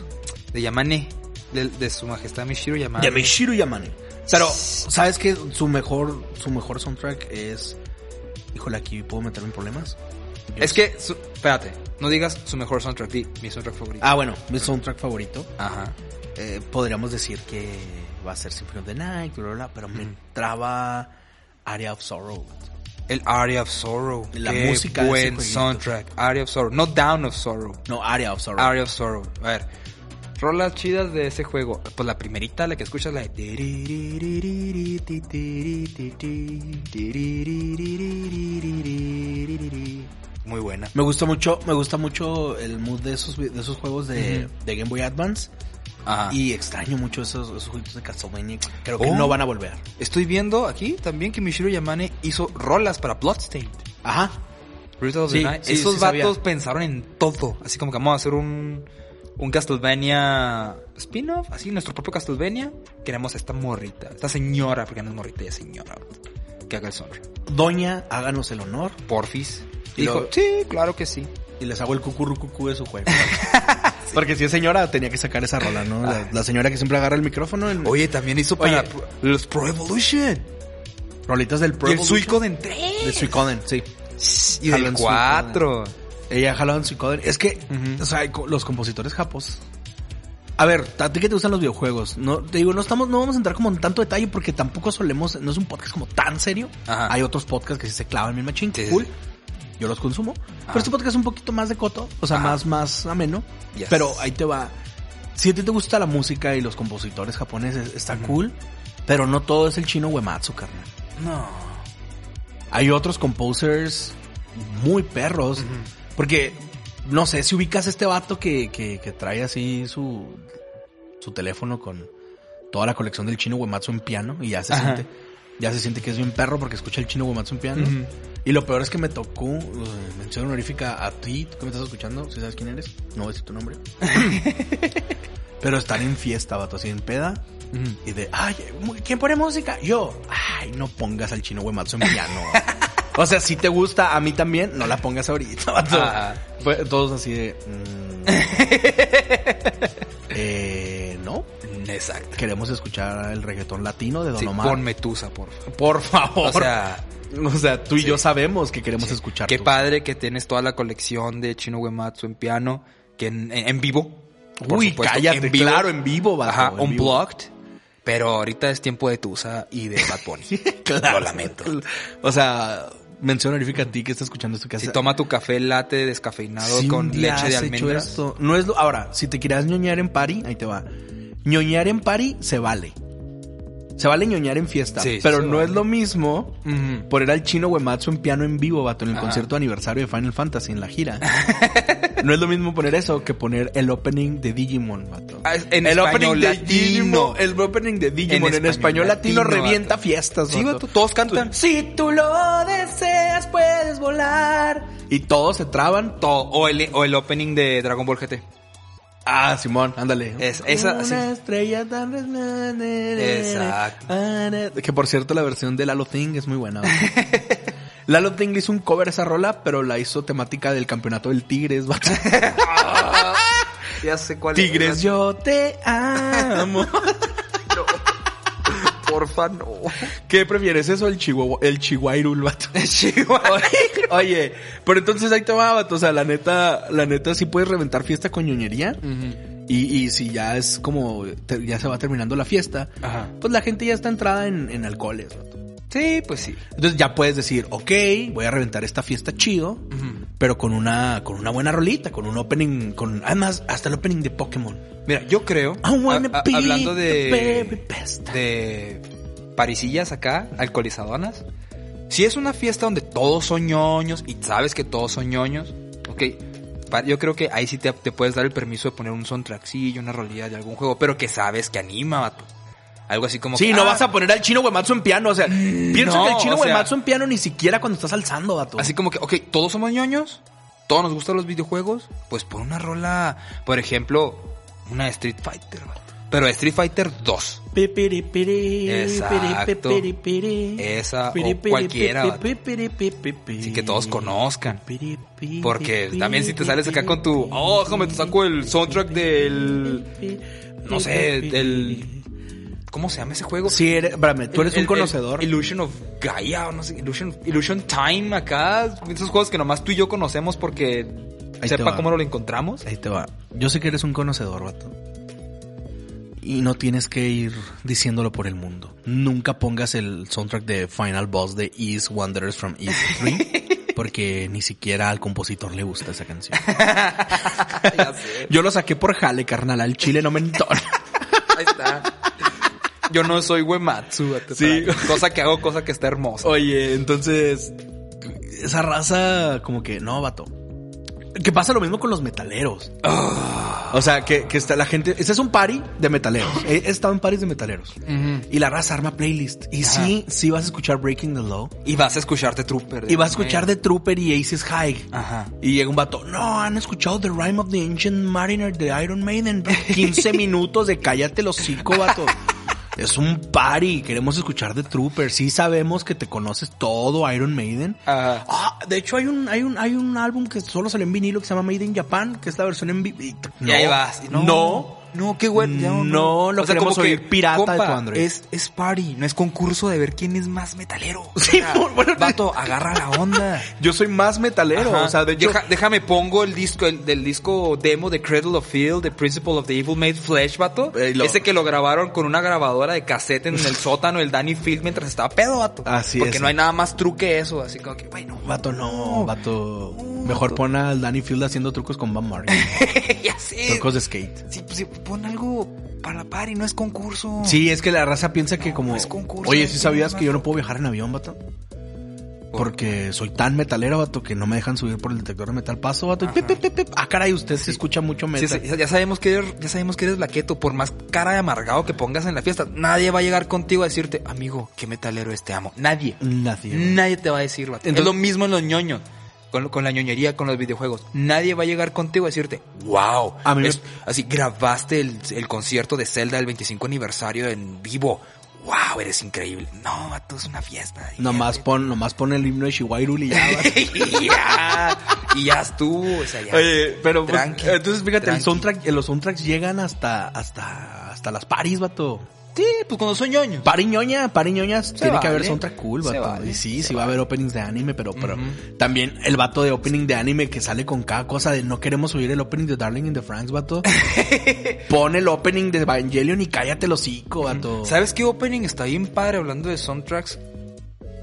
[SPEAKER 2] De Yamane. De, de su majestad Mishiro Yamane.
[SPEAKER 1] De Mishiro Yamane. Pero, ¿sabes qué? Su mejor, su mejor soundtrack es. Híjole, aquí puedo meterme en problemas. Yo-
[SPEAKER 2] Es que, su- espérate, no digas su mejor soundtrack, di mi soundtrack favorito.
[SPEAKER 1] Ah, bueno, mi soundtrack favorito.
[SPEAKER 2] Ajá.
[SPEAKER 1] eh, podríamos decir que va a ser Symphony of the Night, bla, bla, bla, pero me traba Area of Sorrow.
[SPEAKER 2] El Area of Sorrow.
[SPEAKER 1] La
[SPEAKER 2] Qué
[SPEAKER 1] música de ese
[SPEAKER 2] Buen
[SPEAKER 1] jueguito.
[SPEAKER 2] soundtrack. Area of Sorrow. No Down of Sorrow.
[SPEAKER 1] No, Area of Sorrow.
[SPEAKER 2] Area of Sorrow. A ver. Rolas chidas de ese juego. Pues la primerita, la que escuchas, la de... Muy buena.
[SPEAKER 1] Me gusta mucho, me gusta mucho el mood de esos, vi- de esos juegos de, de Game Boy Advance
[SPEAKER 2] Ajá. Y
[SPEAKER 1] y extraño mucho esos, esos juegos de Castlevania. Creo que
[SPEAKER 2] Oh.
[SPEAKER 1] no van a volver.
[SPEAKER 2] estoy viendo aquí también que Mishiro Yamane hizo rolas para Bloodstained.
[SPEAKER 1] Ajá.
[SPEAKER 2] Brutal of the
[SPEAKER 1] Sí,
[SPEAKER 2] Night.
[SPEAKER 1] sí,
[SPEAKER 2] Esos
[SPEAKER 1] sí sabía.
[SPEAKER 2] vatos pensaron en todo. Así como que vamos a hacer un, un Castlevania spin-off. Así, nuestro propio Castlevania. Queremos a esta morrita. Esta señora, porque no es morrita, es señora. Que haga el soundtrack.
[SPEAKER 1] Doña, háganos el honor
[SPEAKER 2] Porfis.
[SPEAKER 1] Y
[SPEAKER 2] Dijo,
[SPEAKER 1] luego-
[SPEAKER 2] sí, claro que sí.
[SPEAKER 1] y les hago el cucurrucucú de su juego. Porque si es señora, tenía que sacar esa rola, ¿no? La, la señora que siempre agarra el micrófono en
[SPEAKER 2] Oye, también hizo
[SPEAKER 1] Ah.
[SPEAKER 2] para
[SPEAKER 1] Oye.
[SPEAKER 2] pro- los Pro Evolution.
[SPEAKER 1] rolitas del Pro
[SPEAKER 2] y el
[SPEAKER 1] Evolution.
[SPEAKER 2] Suicoden 3.
[SPEAKER 1] De Suicoden, sí.
[SPEAKER 2] Y del
[SPEAKER 1] Alan
[SPEAKER 2] 4.
[SPEAKER 1] Ella jalaba en su cover. Es que,
[SPEAKER 2] Ujú.
[SPEAKER 1] o sea, co- los compositores japos. A ver, ¿a ti que te gustan los videojuegos? No, te digo, no estamos, no vamos a entrar como en tanto detalle porque tampoco solemos, no es un podcast como tan serio.
[SPEAKER 2] Ajá.
[SPEAKER 1] Hay otros podcasts que sí se clavan bien machín,
[SPEAKER 2] Ah. Sí, sí,
[SPEAKER 1] cool.
[SPEAKER 2] sí.
[SPEAKER 1] Yo los consumo.
[SPEAKER 2] Ajá.
[SPEAKER 1] Pero este podcast es un poquito más de coto, o sea,
[SPEAKER 2] Ajá.
[SPEAKER 1] más, más ameno.
[SPEAKER 2] Yes.
[SPEAKER 1] Pero ahí te va. Si a ti te gusta la música y los compositores japoneses, está
[SPEAKER 2] Ujú.
[SPEAKER 1] cool. Pero no todo es el chino Uematsu, carnal.
[SPEAKER 2] No.
[SPEAKER 1] Hay otros composers muy perros. Porque No sé si ubicas a este vato que, que, que trae así su, su teléfono con toda la colección del chino Wematsu en piano y ya se
[SPEAKER 2] Ajá.
[SPEAKER 1] siente. Ya se siente que es bien perro porque escucha el chino Wematsu en piano.
[SPEAKER 2] Ujú.
[SPEAKER 1] Y lo peor es que me tocó, o sea, mención honorífica a ti, tú que me estás escuchando, si sabes quién eres, no voy a decir tu nombre. Pero están en fiesta, vato, así en peda. Y de, ay, ¿quién pone música? Yo, ay, no pongas al chino Wematsu en piano. o sea, si te gusta, a mí también, no la pongas ahorita, vato.
[SPEAKER 2] Ah.
[SPEAKER 1] Fue todos así de, mm, eh, no,
[SPEAKER 2] Exacto.
[SPEAKER 1] queremos escuchar el reggaetón latino de Don
[SPEAKER 2] Sí,
[SPEAKER 1] Omar.
[SPEAKER 2] con Metusa, por favor.
[SPEAKER 1] Por favor.
[SPEAKER 2] O sea,
[SPEAKER 1] O sea, tú y yo sabemos que queremos escuchar
[SPEAKER 2] qué
[SPEAKER 1] tu-
[SPEAKER 2] padre que tienes toda la colección de Chino Uematsu en piano, que en, en- en vivo. por
[SPEAKER 1] Uy,
[SPEAKER 2] supuesto,
[SPEAKER 1] cállate,
[SPEAKER 2] en vivo.
[SPEAKER 1] claro, en vivo, vato,
[SPEAKER 2] Ajá,
[SPEAKER 1] en vivo.
[SPEAKER 2] unblocked. Pero ahorita es tiempo de Tusa y de Bad Bunny.
[SPEAKER 1] Claro.
[SPEAKER 2] Lo lamento.
[SPEAKER 1] O sea, mención honorífica a ti que está escuchando esto que hace.
[SPEAKER 2] Si toma tu café latte descafeinado
[SPEAKER 1] Si un
[SPEAKER 2] con
[SPEAKER 1] día
[SPEAKER 2] leche de
[SPEAKER 1] has hecho
[SPEAKER 2] almendras.
[SPEAKER 1] esto, No es lo- Ahora, si te quieras ñoñar en party, ahí te va. Ñoñar en party se vale. Se vale ñoñar en fiesta.
[SPEAKER 2] Sí, sí
[SPEAKER 1] pero
[SPEAKER 2] se
[SPEAKER 1] no
[SPEAKER 2] vale.
[SPEAKER 1] es lo mismo
[SPEAKER 2] Ujú.
[SPEAKER 1] poner al chino Wematsu en piano en vivo, vato, en el
[SPEAKER 2] Ajá.
[SPEAKER 1] concierto de aniversario de Final Fantasy, en la gira. no es lo mismo poner eso que poner el opening de Digimon, vato.
[SPEAKER 2] Ah, es- En
[SPEAKER 1] el
[SPEAKER 2] español
[SPEAKER 1] opening
[SPEAKER 2] latino.
[SPEAKER 1] de Digimon, el opening de Digimon en,
[SPEAKER 2] En
[SPEAKER 1] español,
[SPEAKER 2] español
[SPEAKER 1] latino,
[SPEAKER 2] latino,
[SPEAKER 1] revienta
[SPEAKER 2] vato.
[SPEAKER 1] fiestas,
[SPEAKER 2] Sí, vato, todos cantan.
[SPEAKER 1] Si tú lo deseas, puedes volar. Y todos se traban.
[SPEAKER 2] To- o, el, o el opening de Dragon Ball GT.
[SPEAKER 1] Ah, Simón, ándale.
[SPEAKER 2] Es- esa,
[SPEAKER 1] Una
[SPEAKER 2] sí.
[SPEAKER 1] estrella tan resplandeciente.
[SPEAKER 2] Exacto.
[SPEAKER 1] Que por cierto, la versión de Lalo Thing es muy buena. vato. Lalo Thing hizo un cover a esa rola, pero la hizo temática del campeonato del Tigres. vato.
[SPEAKER 2] Ya sé cuál
[SPEAKER 1] Tigres, yo te amo.
[SPEAKER 2] Porfa, no.
[SPEAKER 1] ¿Qué prefieres eso? El Chihuahua, el Chihuahirul, vato. Oye, Oye, pero entonces ahí te va, vato. O sea, la neta, la neta sí puedes reventar fiesta con ñoñería. Y, y si ya es como, te- ya se va terminando la fiesta,
[SPEAKER 2] Ajá.
[SPEAKER 1] pues la gente ya está entrada en, en alcoholes. vato.
[SPEAKER 2] Sí, pues sí.
[SPEAKER 1] Entonces ya puedes decir, ok, voy a reventar esta fiesta chido,
[SPEAKER 2] Ujú.
[SPEAKER 1] pero con una, con una buena rolita, con un opening, con, además, hasta el opening de Pokémon.
[SPEAKER 2] Mira, yo creo.
[SPEAKER 1] I wanna
[SPEAKER 2] a- a-
[SPEAKER 1] be
[SPEAKER 2] Ah, hablando
[SPEAKER 1] the
[SPEAKER 2] de.
[SPEAKER 1] very best.
[SPEAKER 2] De. Parisillas acá, alcoholizadonas. Si es una fiesta donde todos son ñoños y sabes que todos son ñoños, ok. pa- Yo creo que ahí sí te, te puedes dar el permiso de poner un soundtrackcillo, una rolilla de algún juego, pero que sabes que anima, vato. Algo así como.
[SPEAKER 1] Sí,
[SPEAKER 2] que,
[SPEAKER 1] no
[SPEAKER 2] ah, Mm,
[SPEAKER 1] vas a poner al chino Wematsu en piano, o sea, pienso
[SPEAKER 2] no,
[SPEAKER 1] que el chino
[SPEAKER 2] o sea-
[SPEAKER 1] Wematsu en piano ni siquiera cuando estás alzando, vato.
[SPEAKER 2] Así como que, ok, todos somos ñoños, todos nos gustan los videojuegos, pues por una rola, por ejemplo, una de Street Fighter, vato. pero de Street Fighter 2.
[SPEAKER 1] Pipiri, piri,
[SPEAKER 2] Exacto.
[SPEAKER 1] piri, piri, piri.
[SPEAKER 2] Esa o
[SPEAKER 1] Piri, piri,
[SPEAKER 2] cualquiera,
[SPEAKER 1] pi,
[SPEAKER 2] vato.
[SPEAKER 1] pi, piri, pi, pi, pi.
[SPEAKER 2] Así que todos conozcan.
[SPEAKER 1] Piri, piri,
[SPEAKER 2] Porque
[SPEAKER 1] piri,
[SPEAKER 2] también si te sales acá con tu,
[SPEAKER 1] piri,
[SPEAKER 2] oh, déjame te saco el soundtrack del,
[SPEAKER 1] piri,
[SPEAKER 2] no sé,
[SPEAKER 1] piri,
[SPEAKER 2] el, ¿cómo se llama ese juego?
[SPEAKER 1] Sí, eres, espérame, tú eres
[SPEAKER 2] El-
[SPEAKER 1] un
[SPEAKER 2] el-
[SPEAKER 1] conocedor.
[SPEAKER 2] el Illusion of Gaia, o no sé, Illusion, Illusion Time acá, esos juegos que nomás tú y yo conocemos porque
[SPEAKER 1] Ahí te va.
[SPEAKER 2] sepa cómo lo encontramos.
[SPEAKER 1] Ahí te va. Yo sé que eres un conocedor, vato. Y no tienes que ir diciéndolo por el mundo. Nunca pongas el soundtrack de Final Boss de East Wanderers from East 3. Porque ni siquiera al compositor le gusta esa canción.
[SPEAKER 2] Ya sé.
[SPEAKER 1] Yo lo saqué por jale, carnal. Al chile no me entona.
[SPEAKER 2] Ahí está. Yo no soy Wematsu. vato,
[SPEAKER 1] Sí.
[SPEAKER 2] para- Cosa que hago, cosa que está hermosa.
[SPEAKER 1] Oye, entonces. Esa raza, como que, no, vato. Que pasa lo mismo con los metaleros. O sea, que, que está la gente. Este es un party de metaleros. Eh, He, he estado en paris de metaleros. Y la raza arma playlist. Y
[SPEAKER 2] Ajá.
[SPEAKER 1] sí, sí vas a escuchar Breaking the Law.
[SPEAKER 2] Y vas a escucharte Trooper. de
[SPEAKER 1] Y vas a
[SPEAKER 2] Iron
[SPEAKER 1] escuchar The Trooper y Aces High.
[SPEAKER 2] Maiden. Ajá.
[SPEAKER 1] Y llega un vato, no, han escuchado The Rhyme of the Ancient Mariner de Iron Maiden. 15 minutos de cállate los cinco, vato. Es un party, queremos escuchar The Trooper. Sí sabemos que te conoces todo Iron Maiden.
[SPEAKER 2] Ajá.
[SPEAKER 1] Ah, de hecho hay un, hay un, hay un álbum que solo salió en vinilo que se llama Made in Japan, que es la versión en vinilo.
[SPEAKER 2] y ahí vas.
[SPEAKER 1] No.
[SPEAKER 2] No, qué bueno. ya
[SPEAKER 1] No, lo queremos
[SPEAKER 2] como que,
[SPEAKER 1] oír pirata de
[SPEAKER 2] compa,
[SPEAKER 1] tu Android.
[SPEAKER 2] Es, es party, no es concurso de ver quién es más metalero.
[SPEAKER 1] Sí, por- bueno,
[SPEAKER 2] Vato, agarra la onda.
[SPEAKER 1] Yo soy más metalero,
[SPEAKER 2] Ajá.
[SPEAKER 1] o sea, de hecho,
[SPEAKER 2] Deja- déjame pongo el disco el- del disco demo de Cradle of Field, The Principle of the Evil Made Flesh, vato.
[SPEAKER 1] Eh, lo-
[SPEAKER 2] Ese que lo grabaron con una grabadora de cassette en el sótano el Danny Field mientras estaba pedo, vato.
[SPEAKER 1] Así
[SPEAKER 2] Porque
[SPEAKER 1] es.
[SPEAKER 2] no hay nada más truque eso, así como que, bueno,
[SPEAKER 1] Vato, no, vato. Mejor pon al Danny Field haciendo trucos con Van Marley.
[SPEAKER 2] ya sé.
[SPEAKER 1] trucos de skate.
[SPEAKER 2] Sí, pues, sí, pon algo para la par y no es concurso.
[SPEAKER 1] Sí, es que la raza piensa que como...
[SPEAKER 2] es concurso,
[SPEAKER 1] Oye,
[SPEAKER 2] no
[SPEAKER 1] ¿sí
[SPEAKER 2] tiene
[SPEAKER 1] sabías
[SPEAKER 2] más
[SPEAKER 1] que yo no puedo viajar en avión, vato? Porque soy tan metalero, vato, que no me dejan subir por el detector de metal. Paso, vato, y pip, pip, pip, pip. Ah, caray, usted se escucha mucho
[SPEAKER 2] Sí,
[SPEAKER 1] metal.
[SPEAKER 2] ya ya sabemos que eres, ya sabemos que eres blaqueto, por más cara de amargado que pongas en la fiesta, nadie va a llegar contigo a decirte, amigo, qué metalero es, te amo. Nadie.
[SPEAKER 1] Nadie.
[SPEAKER 2] Nadie te va a decir, vato.
[SPEAKER 1] Mm, Entonces-
[SPEAKER 2] es lo mismo en los ñoños, con, con la ñoñería, con los videojuegos. Nadie va a llegar contigo a decirte, wow,
[SPEAKER 1] A mí me-
[SPEAKER 2] es- así grabaste el, el concierto de Zelda del 25 aniversario en vivo. Wow, eres increíble. No, vato, es una fiesta.
[SPEAKER 1] Nomás pon, nomás pon el himno de Shiwairul y ya. vato.
[SPEAKER 2] y ya, y ya estuvo, o sea, ya.
[SPEAKER 1] Oye, pero pues,
[SPEAKER 2] Tranqui,
[SPEAKER 1] entonces fíjate, el
[SPEAKER 2] tranqui.
[SPEAKER 1] soundtrack, los soundtracks llegan hasta, hasta, hasta las paris, vato.
[SPEAKER 2] Sí, pues cuando son ñoños.
[SPEAKER 1] Pariñoña, pariñoñas, tiene que
[SPEAKER 2] vale.
[SPEAKER 1] haber soundtrack cool,
[SPEAKER 2] Se
[SPEAKER 1] vato.
[SPEAKER 2] vale,
[SPEAKER 1] y sí,
[SPEAKER 2] se
[SPEAKER 1] sí va a haber openings de anime, pero, pero también el vato de opening de anime que sale con cada cosa de no queremos subir el opening de Darling in the Franks, vato. Pon el opening de Evangelion y cállate el hocico, vato.
[SPEAKER 2] ¿Sabes qué opening está bien padre hablando de soundtracks?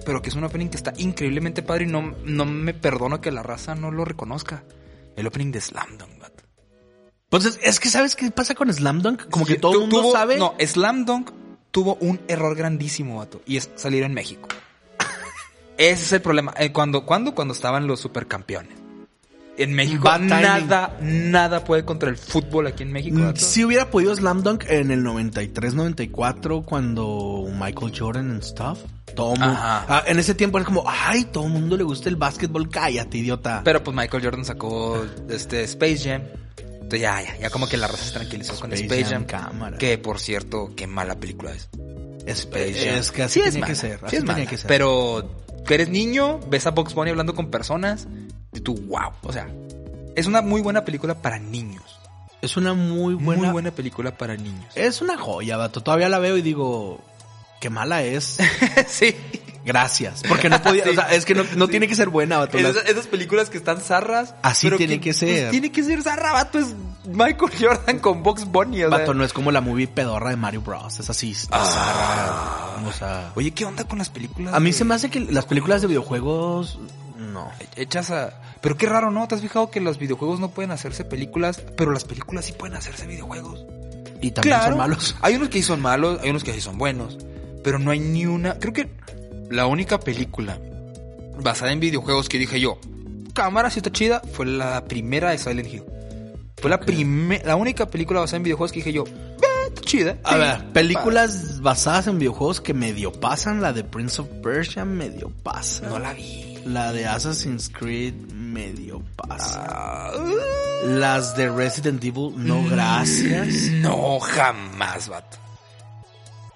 [SPEAKER 2] Pero que es un opening que está increíblemente padre y no, no me perdono que la raza no lo reconozca. El opening de Slam Dunk, vato.
[SPEAKER 1] Entonces, es que ¿sabes qué pasa con Slam Dunk? Como que
[SPEAKER 2] Sí,
[SPEAKER 1] todo el
[SPEAKER 2] tu-
[SPEAKER 1] mundo
[SPEAKER 2] tuvo-
[SPEAKER 1] sabe.
[SPEAKER 2] No, Slam Dunk tuvo un error grandísimo, vato. Y es salir en México. Ese es el problema. Eh, ¿Cuándo? ¿Cuándo? Cuando estaban los supercampeones. En México
[SPEAKER 1] Bad timing.
[SPEAKER 2] nada, nada puede contra el fútbol aquí en México. vato.
[SPEAKER 1] Mm, Si hubiera podido Slam Dunk en el 93-94 cuando Michael Jordan and stuff. Todo mu-
[SPEAKER 2] Ajá.
[SPEAKER 1] Ah, en ese tiempo era como, ay, todo el mundo le gusta el básquetbol, cállate, idiota.
[SPEAKER 2] Pero pues Michael Jordan sacó este Space Jam. Entonces ya, ya, ya como que la raza se tranquilizó con
[SPEAKER 1] Space
[SPEAKER 2] Space
[SPEAKER 1] Jam,
[SPEAKER 2] Jam.
[SPEAKER 1] cámara.
[SPEAKER 2] Que por cierto, qué mala película es.
[SPEAKER 1] Space
[SPEAKER 2] Space Jam.
[SPEAKER 1] Es que así
[SPEAKER 2] Sí Eh, es
[SPEAKER 1] tenía que
[SPEAKER 2] mala,
[SPEAKER 1] ser.
[SPEAKER 2] sí
[SPEAKER 1] Así
[SPEAKER 2] es
[SPEAKER 1] tenía
[SPEAKER 2] mala,
[SPEAKER 1] que ser.
[SPEAKER 2] Pero que eres niño, ves a Box Bunny hablando con personas y tú, wow. O sea, es una muy buena película para niños.
[SPEAKER 1] es una muy buena,
[SPEAKER 2] Muy buena película para niños.
[SPEAKER 1] Es una joya, vato. Todavía la veo y digo, qué mala es.
[SPEAKER 2] sí.
[SPEAKER 1] Gracias. Porque no podía, o sea, es que no, no tiene que ser buena, vato. Las-
[SPEAKER 2] Esas, esas películas que están zarras.
[SPEAKER 1] Así
[SPEAKER 2] pero
[SPEAKER 1] tiene que ser.
[SPEAKER 2] pues, tiene que ser zarra, vato. Es Michael Jordan con Box Bunny. o sea.
[SPEAKER 1] Vato, no es como la movie pedorra de Mario Bros. Es así, está
[SPEAKER 2] Ah.
[SPEAKER 1] zarra. O sea,
[SPEAKER 2] Oye, ¿qué onda con las películas?
[SPEAKER 1] a mí
[SPEAKER 2] de-
[SPEAKER 1] se me hace que las películas de videojuegos, no.
[SPEAKER 2] Hechas a... Pero qué raro, ¿no? ¿Te has fijado que los videojuegos no pueden hacerse películas, pero las películas sí pueden hacerse videojuegos?
[SPEAKER 1] Y también
[SPEAKER 2] Claro.
[SPEAKER 1] son malos.
[SPEAKER 2] Hay unos que sí son malos, hay unos que sí son buenos, pero no hay ni una... Creo que la única película basada en videojuegos que dije yo, cámara, si está chida, fue la primera de Silent Hill. Fue la primera, la única película basada en videojuegos que dije yo, "Ah, está chida.
[SPEAKER 1] A
[SPEAKER 2] sí,
[SPEAKER 1] ver, películas basadas en videojuegos que medio pasan. La de Prince of Persia medio pasa.
[SPEAKER 2] padre". No la vi.
[SPEAKER 1] La de Assassin's Creed medio pasa.
[SPEAKER 2] Ah,
[SPEAKER 1] Las de Resident Evil, no
[SPEAKER 2] Mm.
[SPEAKER 1] gracias.
[SPEAKER 2] no, jamás, vato.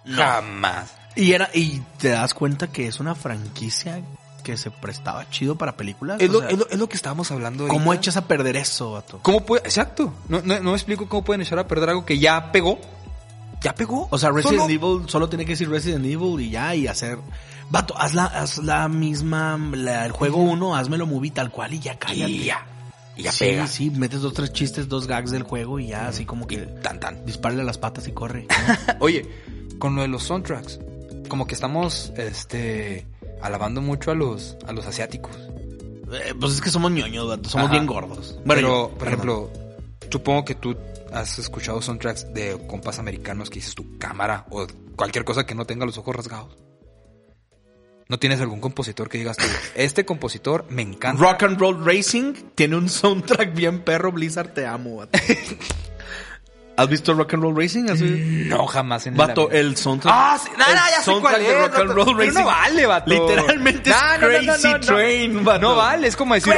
[SPEAKER 2] Jamás.
[SPEAKER 1] Y era, y te das cuenta que es una franquicia que se prestaba chido para películas.
[SPEAKER 2] Es
[SPEAKER 1] o
[SPEAKER 2] lo,
[SPEAKER 1] sea,
[SPEAKER 2] es lo- es lo que estábamos hablando.
[SPEAKER 1] ¿Cómo
[SPEAKER 2] ahorita.
[SPEAKER 1] echas a perder eso, vato?
[SPEAKER 2] ¿Cómo puede? Exacto. No, no, no me explico cómo pueden echar a perder algo que ya pegó. Ya pegó.
[SPEAKER 1] O sea, Resident
[SPEAKER 2] Solo-
[SPEAKER 1] Evil solo tiene que decir Resident Evil y ya, y hacer. Vato, haz la, haz la misma, la- el juego uno, házmelo movie tal cual y ya cállate.
[SPEAKER 2] Y ya. Y ya
[SPEAKER 1] sí,
[SPEAKER 2] pega.
[SPEAKER 1] sí, metes dos, tres chistes, dos gags del juego y ya, así como
[SPEAKER 2] Y
[SPEAKER 1] que
[SPEAKER 2] tan tan.
[SPEAKER 1] disparle a las patas y corre.
[SPEAKER 2] Oye, con lo de los soundtracks, como que estamos este alabando mucho a los a los asiáticos.
[SPEAKER 1] Eh, pues es que somos ñoños, vato, somos
[SPEAKER 2] Ajá.
[SPEAKER 1] bien gordos. Bueno,
[SPEAKER 2] Pero,
[SPEAKER 1] yo,
[SPEAKER 2] por
[SPEAKER 1] perdón.
[SPEAKER 2] ejemplo, supongo que tú has escuchado soundtracks de compas americanos que dices tu cámara o cualquier cosa que no tenga los ojos rasgados. ¿No tienes algún compositor que digas tú, este compositor me encanta?
[SPEAKER 1] Rock and Roll Racing tiene un soundtrack bien perro, Blizzard, te amo, vato. ¿Has visto Rock and Roll Racing? Así-
[SPEAKER 2] No, jamás en
[SPEAKER 1] Vato,
[SPEAKER 2] la vida.
[SPEAKER 1] el soundtrack.
[SPEAKER 2] Ah, sí, nada,
[SPEAKER 1] el
[SPEAKER 2] ya sé
[SPEAKER 1] soundtrack
[SPEAKER 2] cuál
[SPEAKER 1] de
[SPEAKER 2] es.
[SPEAKER 1] Rock and
[SPEAKER 2] vato.
[SPEAKER 1] Roll
[SPEAKER 2] Pero
[SPEAKER 1] Racing.
[SPEAKER 2] no vale, vato.
[SPEAKER 1] Literalmente es
[SPEAKER 2] Nah,
[SPEAKER 1] Crazy Train, vato.
[SPEAKER 2] No vale, es como decir.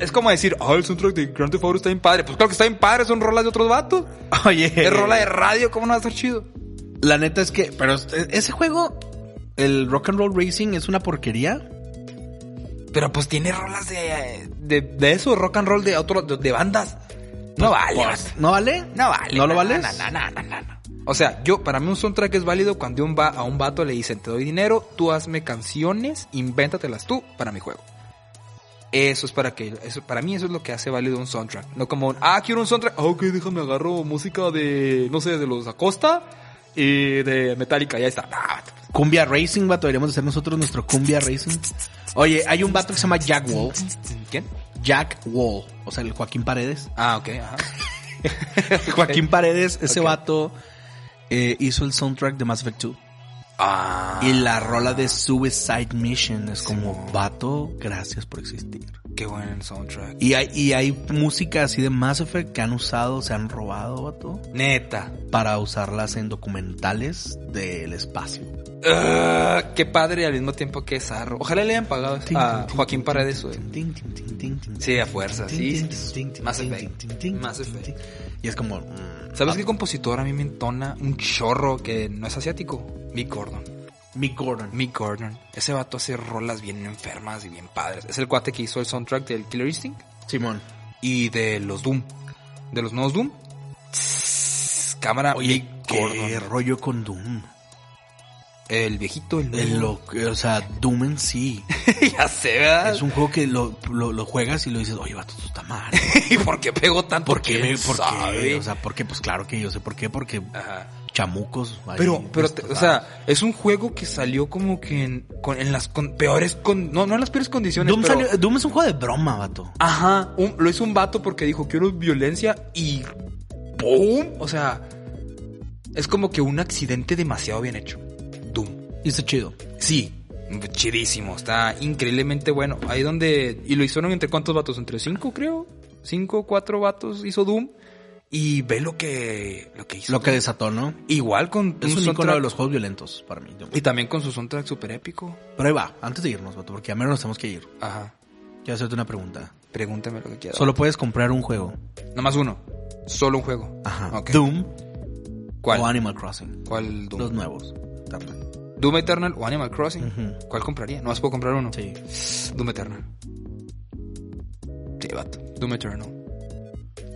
[SPEAKER 2] Es como decir, ah, el soundtrack de Grand Theft Auto está bien padre. Pues claro que está bien padre, son rolas de otros vatos.
[SPEAKER 1] Oye.
[SPEAKER 2] Es rola de radio, ¿cómo no va a estar chido?
[SPEAKER 1] La neta es que, pero este- ese juego, el Rock and Roll Racing es una porquería.
[SPEAKER 2] Pero pues tiene rolas de, de, de eso, rock and roll de, otro, de, de bandas. No vale,
[SPEAKER 1] Pues,
[SPEAKER 2] vato.
[SPEAKER 1] ¿No vale?
[SPEAKER 2] No vale.
[SPEAKER 1] ¿No lo
[SPEAKER 2] vale?
[SPEAKER 1] vales?
[SPEAKER 2] O sea, yo, para mí un soundtrack es válido cuando un va, a un vato le dicen, te doy dinero, tú hazme canciones, invéntatelas tú para mi juego. Eso es para que, eso, para mí eso es lo que hace válido un soundtrack. No como, un, ah, quiero un soundtrack, ah, ok, déjame agarro música de, no sé, de los Acosta y de Metallica, ya está. Ah,
[SPEAKER 1] Cumbia Racing, vato. Deberíamos hacer nosotros nuestro Cumbia Racing. Oye, hay un vato que se llama Jack Wall.
[SPEAKER 2] ¿Quién?
[SPEAKER 1] Jack Wall. O sea, el Joaquín Paredes.
[SPEAKER 2] Ah, ok, ajá.
[SPEAKER 1] Joaquín Paredes, ese
[SPEAKER 2] Ok.
[SPEAKER 1] vato, eh, hizo el soundtrack de Mass Effect 2.
[SPEAKER 2] Ah.
[SPEAKER 1] Y la rola de Suicide Mission es como, vato, gracias por existir.
[SPEAKER 2] Qué buen soundtrack.
[SPEAKER 1] Y hay, y hay música así de Mass Effect que han usado, se han robado, vato,
[SPEAKER 2] Neta.
[SPEAKER 1] para usarlas en documentales del espacio.
[SPEAKER 2] Ah, qué padre y al mismo tiempo que zarro. Ojalá le hayan pagado a Joaquín Paredes. su-
[SPEAKER 1] Tin, tin, tin, tin, tin.
[SPEAKER 2] eh. Sí, a fuerza, sí.
[SPEAKER 1] Tin, tin, tin, tin,
[SPEAKER 2] Mass
[SPEAKER 1] tin,
[SPEAKER 2] Effect.
[SPEAKER 1] tin, tin, tin,
[SPEAKER 2] Mass
[SPEAKER 1] tin,
[SPEAKER 2] Effect.
[SPEAKER 1] tin. Y es como... mm,
[SPEAKER 2] ¿Sabes qué compositor a mí me entona un chorro que no es asiático? Mick Gordon.
[SPEAKER 1] Mick Gordon.
[SPEAKER 2] Mick Gordon. Ese vato hace rolas bien enfermas y bien padres. Es el cuate que hizo el soundtrack del Killer Instinct
[SPEAKER 1] Simón.
[SPEAKER 2] y de los Doom. De los nuevos Doom. Tss, Cámara
[SPEAKER 1] Oye,
[SPEAKER 2] Mick
[SPEAKER 1] qué
[SPEAKER 2] Gordon.
[SPEAKER 1] rollo con Doom.
[SPEAKER 2] El viejito, el,
[SPEAKER 1] El
[SPEAKER 2] nuevo.
[SPEAKER 1] lo- o sea, Doom en sí.
[SPEAKER 2] ya sé, ¿verdad?
[SPEAKER 1] Es un juego que lo, lo, lo juegas y lo dices, oye, vato, tú está mal.
[SPEAKER 2] ¿Y por qué pegó tanto?
[SPEAKER 1] ¿Por qué?
[SPEAKER 2] ¿Quién
[SPEAKER 1] me- ¿Por
[SPEAKER 2] sabe?
[SPEAKER 1] qué? O sea, ¿por qué? Pues claro que yo sé por qué, porque
[SPEAKER 2] Ajá.
[SPEAKER 1] chamucos. ahí,
[SPEAKER 2] Pero, pero,
[SPEAKER 1] pues,
[SPEAKER 2] te- o sea, es un juego que salió como que en, con- en las con- peores, con, no, no en las peores condiciones,
[SPEAKER 1] Doom,
[SPEAKER 2] pero-
[SPEAKER 1] salió- Doom es un juego de broma, vato.
[SPEAKER 2] Ajá, un- lo hizo un vato porque dijo, quiero violencia y ¡pum! O sea, es como que un accidente demasiado bien hecho. Doom.
[SPEAKER 1] Y está chido.
[SPEAKER 2] Sí, chidísimo, está increíblemente bueno. Ahí donde, y lo hicieron entre cuántos vatos, entre cinco creo, cinco, cuatro vatos hizo Doom y ve lo que, lo que hizo.
[SPEAKER 1] Lo que desató, ¿no?
[SPEAKER 2] Igual con
[SPEAKER 1] Es un icono
[SPEAKER 2] soundtrack-
[SPEAKER 1] de los juegos violentos para mí. Doom.
[SPEAKER 2] Y también con su soundtrack super épico.
[SPEAKER 1] Pero ahí va, antes de irnos, vato, porque ya menos nos tenemos que ir.
[SPEAKER 2] Ajá.
[SPEAKER 1] Quiero hacerte una pregunta.
[SPEAKER 2] Pregúntame lo que quieras.
[SPEAKER 1] Solo puedes comprar un juego.
[SPEAKER 2] Nomás uno. Solo un juego.
[SPEAKER 1] Ajá.
[SPEAKER 2] Ok.
[SPEAKER 1] Doom o
[SPEAKER 2] ¿Cuál?
[SPEAKER 1] Animal Crossing.
[SPEAKER 2] ¿Cuál Doom?
[SPEAKER 1] Los nuevos. También.
[SPEAKER 2] Doom Eternal o Animal Crossing.
[SPEAKER 1] Ujú.
[SPEAKER 2] ¿Cuál compraría? Nomás puedo comprar uno.
[SPEAKER 1] Sí.
[SPEAKER 2] Doom Eternal. Sí, vato. Doom Eternal.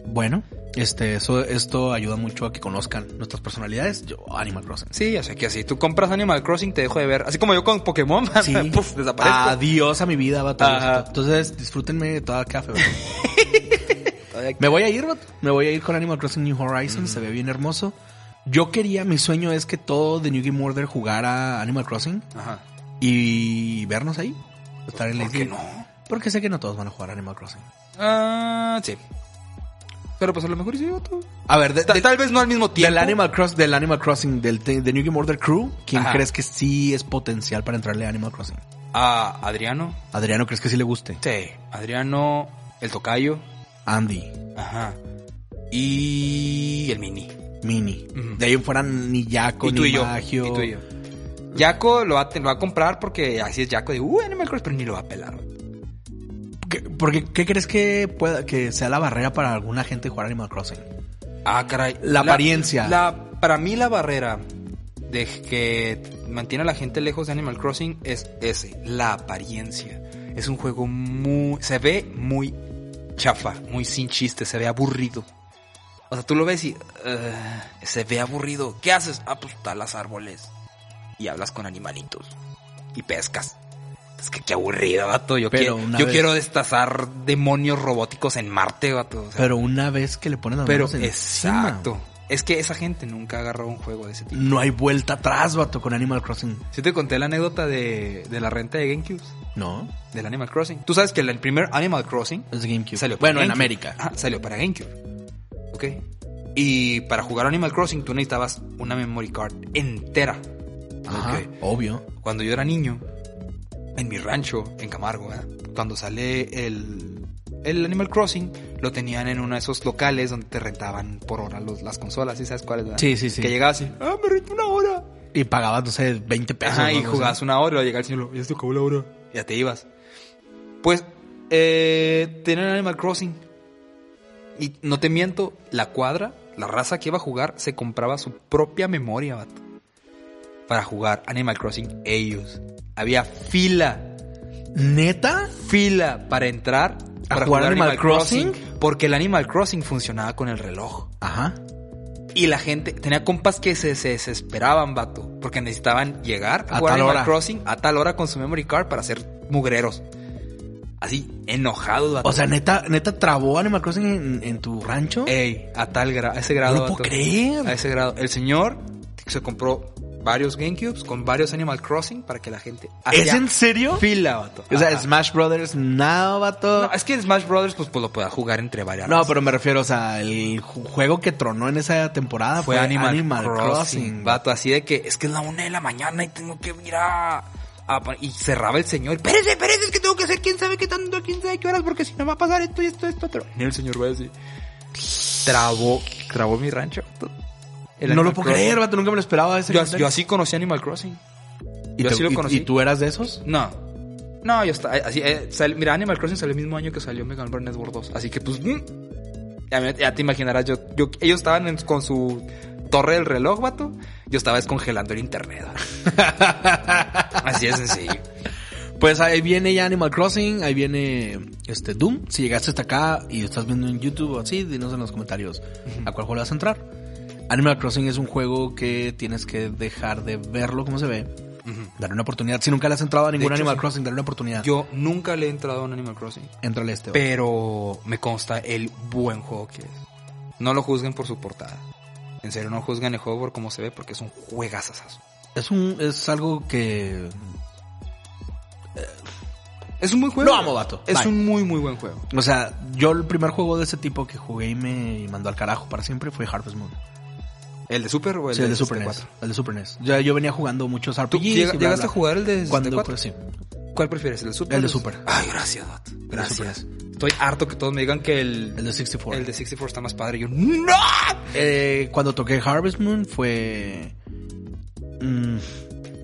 [SPEAKER 1] Bueno, este, eso, esto ayuda mucho a que conozcan nuestras personalidades. Yo, Animal Crossing.
[SPEAKER 2] Sí, o sea que así tú compras Animal Crossing, te dejo de ver. Así como yo con Pokémon,
[SPEAKER 1] Sí.
[SPEAKER 2] puf, desaparezco.
[SPEAKER 1] Adiós a mi vida, vato.
[SPEAKER 2] Ajá.
[SPEAKER 1] Entonces, disfrútenme de toda café, vato.
[SPEAKER 2] Todavía aquí.
[SPEAKER 1] Me voy a ir, vato. Me voy a ir con Animal Crossing New
[SPEAKER 2] Mm.
[SPEAKER 1] Horizons. Se ve bien hermoso. Yo quería, mi sueño es que todo de New Game Order jugara Animal Crossing
[SPEAKER 2] Ajá.
[SPEAKER 1] y vernos ahí. Estar en
[SPEAKER 2] ¿Por
[SPEAKER 1] el
[SPEAKER 2] qué no?
[SPEAKER 1] Porque sé que no todos van a jugar Animal Crossing.
[SPEAKER 2] Ah, sí. Pero pues a lo mejor sí, vato.
[SPEAKER 1] A ver, de-
[SPEAKER 2] Ta-
[SPEAKER 1] de-
[SPEAKER 2] Tal vez no al mismo tiempo.
[SPEAKER 1] del, Animal Cross, del Animal Crossing, del te- de New Game Order Crew, ¿quién
[SPEAKER 2] Ajá.
[SPEAKER 1] crees que sí es potencial para entrarle a Animal Crossing?
[SPEAKER 2] Ah, Adriano.
[SPEAKER 1] Adriano, ¿crees que sí le guste?
[SPEAKER 2] Sí. Adriano, el tocayo.
[SPEAKER 1] Andy,
[SPEAKER 2] Ajá. Y el mini.
[SPEAKER 1] Mini.
[SPEAKER 2] Ujú.
[SPEAKER 1] De ahí en fuera ni Jaco,
[SPEAKER 2] y tú
[SPEAKER 1] ni
[SPEAKER 2] y yo.
[SPEAKER 1] Magio.
[SPEAKER 2] Y tú y yo. Jaco lo va, a- lo va a comprar porque así es Jaco de uh, Animal Crossing, pero ni lo va a pelar. güey.
[SPEAKER 1] ¿Qué, porque, ¿qué crees que pueda que sea la barrera para alguna gente jugar Animal Crossing?
[SPEAKER 2] Ah, caray.
[SPEAKER 1] La apariencia.
[SPEAKER 2] La, para mí la barrera de que mantiene a la gente lejos de Animal Crossing es ese, la apariencia. Es un juego muy... Se ve muy chafa, muy sin chiste, se ve aburrido. O sea, tú lo ves y... "Ugh, se ve aburrido. ¿Qué haces? Ah, pues talas árboles y hablas con animalitos y pescas. Es que qué aburrido, vato. Yo,
[SPEAKER 1] Pero
[SPEAKER 2] quiero,
[SPEAKER 1] una
[SPEAKER 2] yo
[SPEAKER 1] vez-
[SPEAKER 2] quiero destazar demonios robóticos en Marte, vato. O sea,
[SPEAKER 1] Pero una vez que le ponen las
[SPEAKER 2] pero
[SPEAKER 1] manos encima,
[SPEAKER 2] exacto. Es que esa gente nunca agarró un juego de ese tipo.
[SPEAKER 1] no hay vuelta atrás, vato, con Animal Crossing.
[SPEAKER 2] Si te conté la anécdota de, de la renta de GameCube,
[SPEAKER 1] No,
[SPEAKER 2] del Animal Crossing. Tú sabes que el primer Animal Crossing
[SPEAKER 1] es de GameCube.
[SPEAKER 2] salió para
[SPEAKER 1] bueno, en
[SPEAKER 2] GameCube. Ah,
[SPEAKER 1] América.
[SPEAKER 2] Ajá, salió para GameCube. Ok. Y para jugar Animal Crossing tú necesitabas una memory card entera.
[SPEAKER 1] Ajá,
[SPEAKER 2] Ok.
[SPEAKER 1] obvio.
[SPEAKER 2] Cuando yo era niño, en mi rancho, en Camargo, ¿verdad? cuando sale el, el Animal Crossing, lo tenían en uno de esos locales donde te rentaban por hora los- las consolas, ¿sí sabes cuáles? verdad?
[SPEAKER 1] Sí, sí, sí.
[SPEAKER 2] Que llegabas y, ah, me rento una hora.
[SPEAKER 1] Y pagabas, no sé, 20 pesos.
[SPEAKER 2] Ajá,
[SPEAKER 1] ¿no?
[SPEAKER 2] y
[SPEAKER 1] No sé.
[SPEAKER 2] jugabas una hora, y luego llegaba el señor, ya se acabó la hora. y Ya te ibas. Pues, eh, tenían Animal Crossing. Y no te miento, la cuadra, la raza que iba a jugar, se compraba su propia memoria, vato. Para jugar Animal Crossing, ellos. Había fila,
[SPEAKER 1] ¿Neta?
[SPEAKER 2] fila para entrar
[SPEAKER 1] ¿A
[SPEAKER 2] para
[SPEAKER 1] jugar Animal
[SPEAKER 2] Porque el Animal Crossing funcionaba con el reloj.
[SPEAKER 1] Ajá.
[SPEAKER 2] Y la gente, tenía compas que se, se desesperaban, vato, porque necesitaban llegar a,
[SPEAKER 1] A
[SPEAKER 2] jugar
[SPEAKER 1] tal
[SPEAKER 2] Animal
[SPEAKER 1] hora.
[SPEAKER 2] Crossing a tal hora con su memory card para ser mugreros. Así, enojados, vato.
[SPEAKER 1] O sea, neta, neta trabó Animal Crossing en, en tu
[SPEAKER 2] Eh,
[SPEAKER 1] rancho.
[SPEAKER 2] Ey, a tal grado, a ese grado,
[SPEAKER 1] No lo puedo
[SPEAKER 2] vato.
[SPEAKER 1] creer.
[SPEAKER 2] A ese grado. El señor se compró varios GameCubes con varios Animal Crossing para que la gente
[SPEAKER 1] ¿Es
[SPEAKER 2] hacía
[SPEAKER 1] en serio?
[SPEAKER 2] fila, vato.
[SPEAKER 1] O sea,
[SPEAKER 2] Ajá.
[SPEAKER 1] Smash Brothers, nada, vato.
[SPEAKER 2] No, es que Smash Brothers pues, pues lo pueda jugar entre varias.
[SPEAKER 1] No, pero me refiero, o sea, el ju- juego que tronó en esa temporada
[SPEAKER 2] fue Animal, Crossing,
[SPEAKER 1] Ah, Crossing.
[SPEAKER 2] vato, así de que es que es la una de la mañana y tengo que ir a... a pa- y cerraba el señor, espérese, espérese, es que tengo que hacer quién sabe qué tanto, quién sabe qué horas, porque si no va a pasar esto y esto, esto, otro. Y el señor va así, trabó, trabó mi rancho. vato. El
[SPEAKER 1] no lo
[SPEAKER 2] Animal
[SPEAKER 1] puedo
[SPEAKER 2] Crossing.
[SPEAKER 1] creer, vato, nunca me lo esperaba ese
[SPEAKER 2] Yo, as-
[SPEAKER 1] comentario.
[SPEAKER 2] yo así conocí Animal Crossing.
[SPEAKER 1] ¿Y,
[SPEAKER 2] yo
[SPEAKER 1] tú-
[SPEAKER 2] así lo
[SPEAKER 1] y-
[SPEAKER 2] conocí.
[SPEAKER 1] y tú eras de esos?
[SPEAKER 2] No. No, yo estaba así. eh, sal- mira, Animal Crossing salió el mismo año que salió Mega Man Network 2. Así que pues. mm, ya, me- ya te imaginarás, yo, yo- ellos estaban en- con su torre del reloj, vato. Yo estaba descongelando el internet. así es sencillo.
[SPEAKER 1] Pues ahí viene ya Animal Crossing, ahí viene este Doom. Si llegaste hasta acá y estás viendo en YouTube o así, dinos en los comentarios a cuál juego le vas a entrar. Animal Crossing es un juego que tienes que dejar de verlo como se ve. Darle una oportunidad. Si nunca le has entrado a ningún
[SPEAKER 2] hecho,
[SPEAKER 1] Animal
[SPEAKER 2] sí.
[SPEAKER 1] Crossing, darle una oportunidad.
[SPEAKER 2] Yo nunca le he entrado a un Animal Crossing.
[SPEAKER 1] Entrale a este. güey.
[SPEAKER 2] Pero me consta el buen juego que es. No lo juzguen por su portada. En serio, no juzguen el juego por cómo se ve, porque es un juegazazazo.
[SPEAKER 1] Es un, es algo que
[SPEAKER 2] Es un buen juego.
[SPEAKER 1] Lo amo, vato.
[SPEAKER 2] Es
[SPEAKER 1] Bye.
[SPEAKER 2] un muy, muy buen juego.
[SPEAKER 1] O sea, yo el primer juego de ese tipo que jugué y me mandó al carajo para siempre fue Harvest Moon.
[SPEAKER 2] ¿El de Super o el
[SPEAKER 1] Sí, el de Super
[SPEAKER 2] 64?
[SPEAKER 1] NES. El de Super NES. Ya yo venía jugando muchos RPGs.
[SPEAKER 2] ¿Tú
[SPEAKER 1] y
[SPEAKER 2] llega-
[SPEAKER 1] bla,
[SPEAKER 2] llegaste
[SPEAKER 1] bla.
[SPEAKER 2] a jugar el de
[SPEAKER 1] Cuando,
[SPEAKER 2] 64?
[SPEAKER 1] pues, sí.
[SPEAKER 2] ¿Cuál prefieres? ¿El de Super?
[SPEAKER 1] El de Super.
[SPEAKER 2] Ay, gracias, Dot.
[SPEAKER 1] Gracias.
[SPEAKER 2] Gracias. Estoy harto que todos me digan que el,
[SPEAKER 1] El de 64.
[SPEAKER 2] el de 64 está más padre. Yo, ¡No!
[SPEAKER 1] Eh, cuando toqué Harvest Moon fue. mm,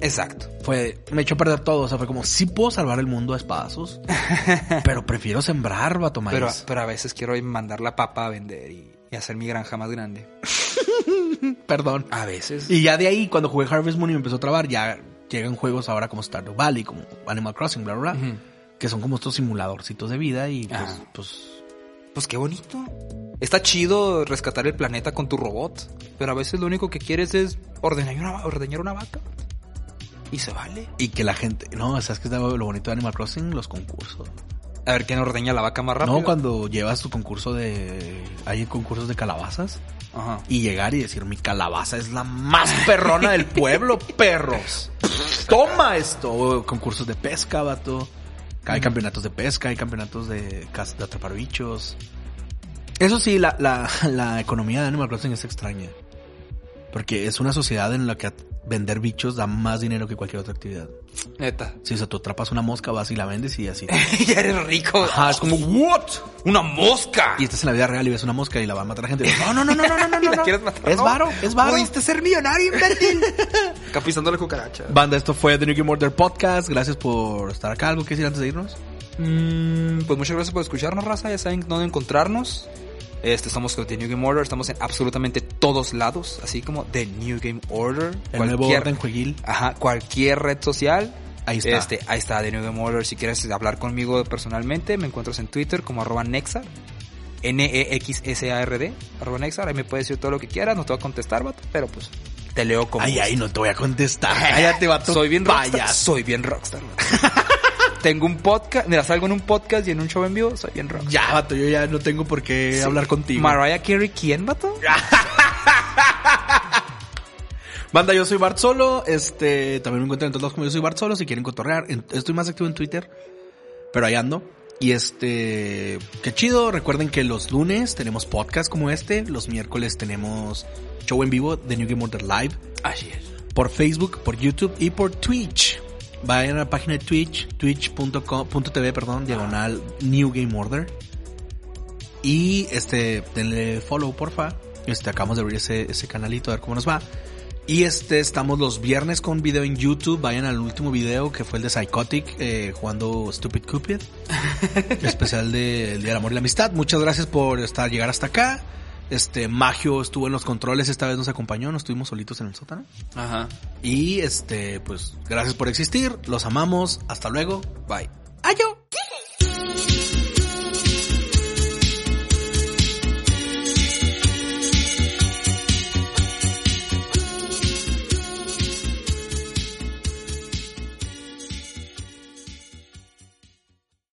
[SPEAKER 2] Exacto.
[SPEAKER 1] fue. Me echó a perder todo. O sea, fue como, sí puedo salvar el mundo a espadazos. pero prefiero sembrar, vato maíz.
[SPEAKER 2] Pero, pero a veces quiero ir mandar la papa a vender y, y hacer mi granja más grande.
[SPEAKER 1] Perdón.
[SPEAKER 2] A veces.
[SPEAKER 1] Y ya de ahí, cuando jugué Harvest Moon y me empezó a trabar, ya llegan juegos ahora como Stardew Valley, como Animal Crossing, bla, bla, bla.
[SPEAKER 2] Ujú.
[SPEAKER 1] Que son como estos simuladorcitos de vida y pues,
[SPEAKER 2] Ajá.
[SPEAKER 1] pues
[SPEAKER 2] Pues qué bonito. Está chido rescatar el planeta con tu robot. Pero a veces lo único que quieres es ordeñar una, ordeñar una vaca. Y se vale.
[SPEAKER 1] Y que la gente... No, ¿sabes qué es lo bonito de Animal Crossing? Los concursos.
[SPEAKER 2] A ver quién ordeña la vaca más rápido.
[SPEAKER 1] No, cuando llevas tu concurso de... Hay concursos de calabazas.
[SPEAKER 2] Ajá.
[SPEAKER 1] Y llegar y decir, mi calabaza es la más perrona del pueblo, perros. Toma esto. O concursos de pesca, vato. Hay campeonatos de pesca, hay campeonatos de, cas- de atrapar bichos. Eso sí, la, la, la economía de Animal Crossing es extraña. Porque es una sociedad en la que vender bichos da más dinero que cualquier otra actividad.
[SPEAKER 2] Neta.
[SPEAKER 1] Si o sea, tú atrapas una mosca, vas y la vendes y así.
[SPEAKER 2] ya eres rico.
[SPEAKER 1] Ajá, es como, ¿what?
[SPEAKER 2] ¡Una mosca!
[SPEAKER 1] Y estás en la vida real y ves una mosca y la va a matar la gente. No, no, no, no, no, no, no.
[SPEAKER 2] Y la
[SPEAKER 1] no.
[SPEAKER 2] quieres matar,
[SPEAKER 1] Es
[SPEAKER 2] ¿no?
[SPEAKER 1] varo, es varo.
[SPEAKER 2] Pudiste ser millonario, imbécil. Capizando la cucaracha.
[SPEAKER 1] Banda, esto fue The New Game Order Podcast. Gracias por estar acá. ¿Algo que decir antes de irnos?
[SPEAKER 2] Mm, pues muchas gracias por escucharnos, raza. Ya saben dónde encontrarnos. Este, estamos con The New Game Order. Estamos en absolutamente todos lados. Así como The New Game Order.
[SPEAKER 1] El nuevo orden jueguil.
[SPEAKER 2] Ajá, cualquier red social.
[SPEAKER 1] Ahí está.
[SPEAKER 2] Este, ahí está The New Game Order. Si quieres hablar conmigo personalmente, me encuentras en Twitter como arroba E Nexar. N-E-X-S-A-R-D. Arroba Nexar. Ahí me puedes decir todo lo que quieras. No te voy a contestar, vato, pero pues te leo como.
[SPEAKER 1] Ay, ay, no te voy a contestar. Cállate, vato.
[SPEAKER 2] Soy bien rockstar.
[SPEAKER 1] payas.
[SPEAKER 2] Soy bien rockstar. vato. Tengo un podcast, mira, salgo en un podcast y en un show en vivo, soy bien rockstar.
[SPEAKER 1] Ya, vato, yo ya no tengo por qué hablar contigo.
[SPEAKER 2] Mariah Carey, ¿quién, vato?
[SPEAKER 1] Banda, yo soy Bart Solo. Este, también me encuentran en todos lados como yo soy Bart Solo. Si quieren cotorrear, En- estoy más activo en Twitter, pero ahí ando. Y este, qué chido. Recuerden que los lunes tenemos podcast como este. Los miércoles tenemos show en vivo de New Game Order Live
[SPEAKER 2] Así es.
[SPEAKER 1] por Facebook, por YouTube y por Twitch. Vayan a la página de Twitch, twitch.com.tv, perdón, diagonal New Game Order. Y este, denle follow, porfa. Este, acabamos de abrir ese, ese canalito, a ver cómo nos va. Y este, estamos los viernes con video en YouTube. Vayan al último video que fue el de Psychotic, eh, jugando Stupid Cupid. especial del Día del Amor y la Amistad. Muchas gracias por estar, llegar hasta acá. Este, Magio estuvo en los controles, esta vez nos acompañó, no estuvimos solitos en el sótano.
[SPEAKER 2] Ajá.
[SPEAKER 1] Y este, pues gracias por existir, los amamos, hasta luego,
[SPEAKER 2] Bye.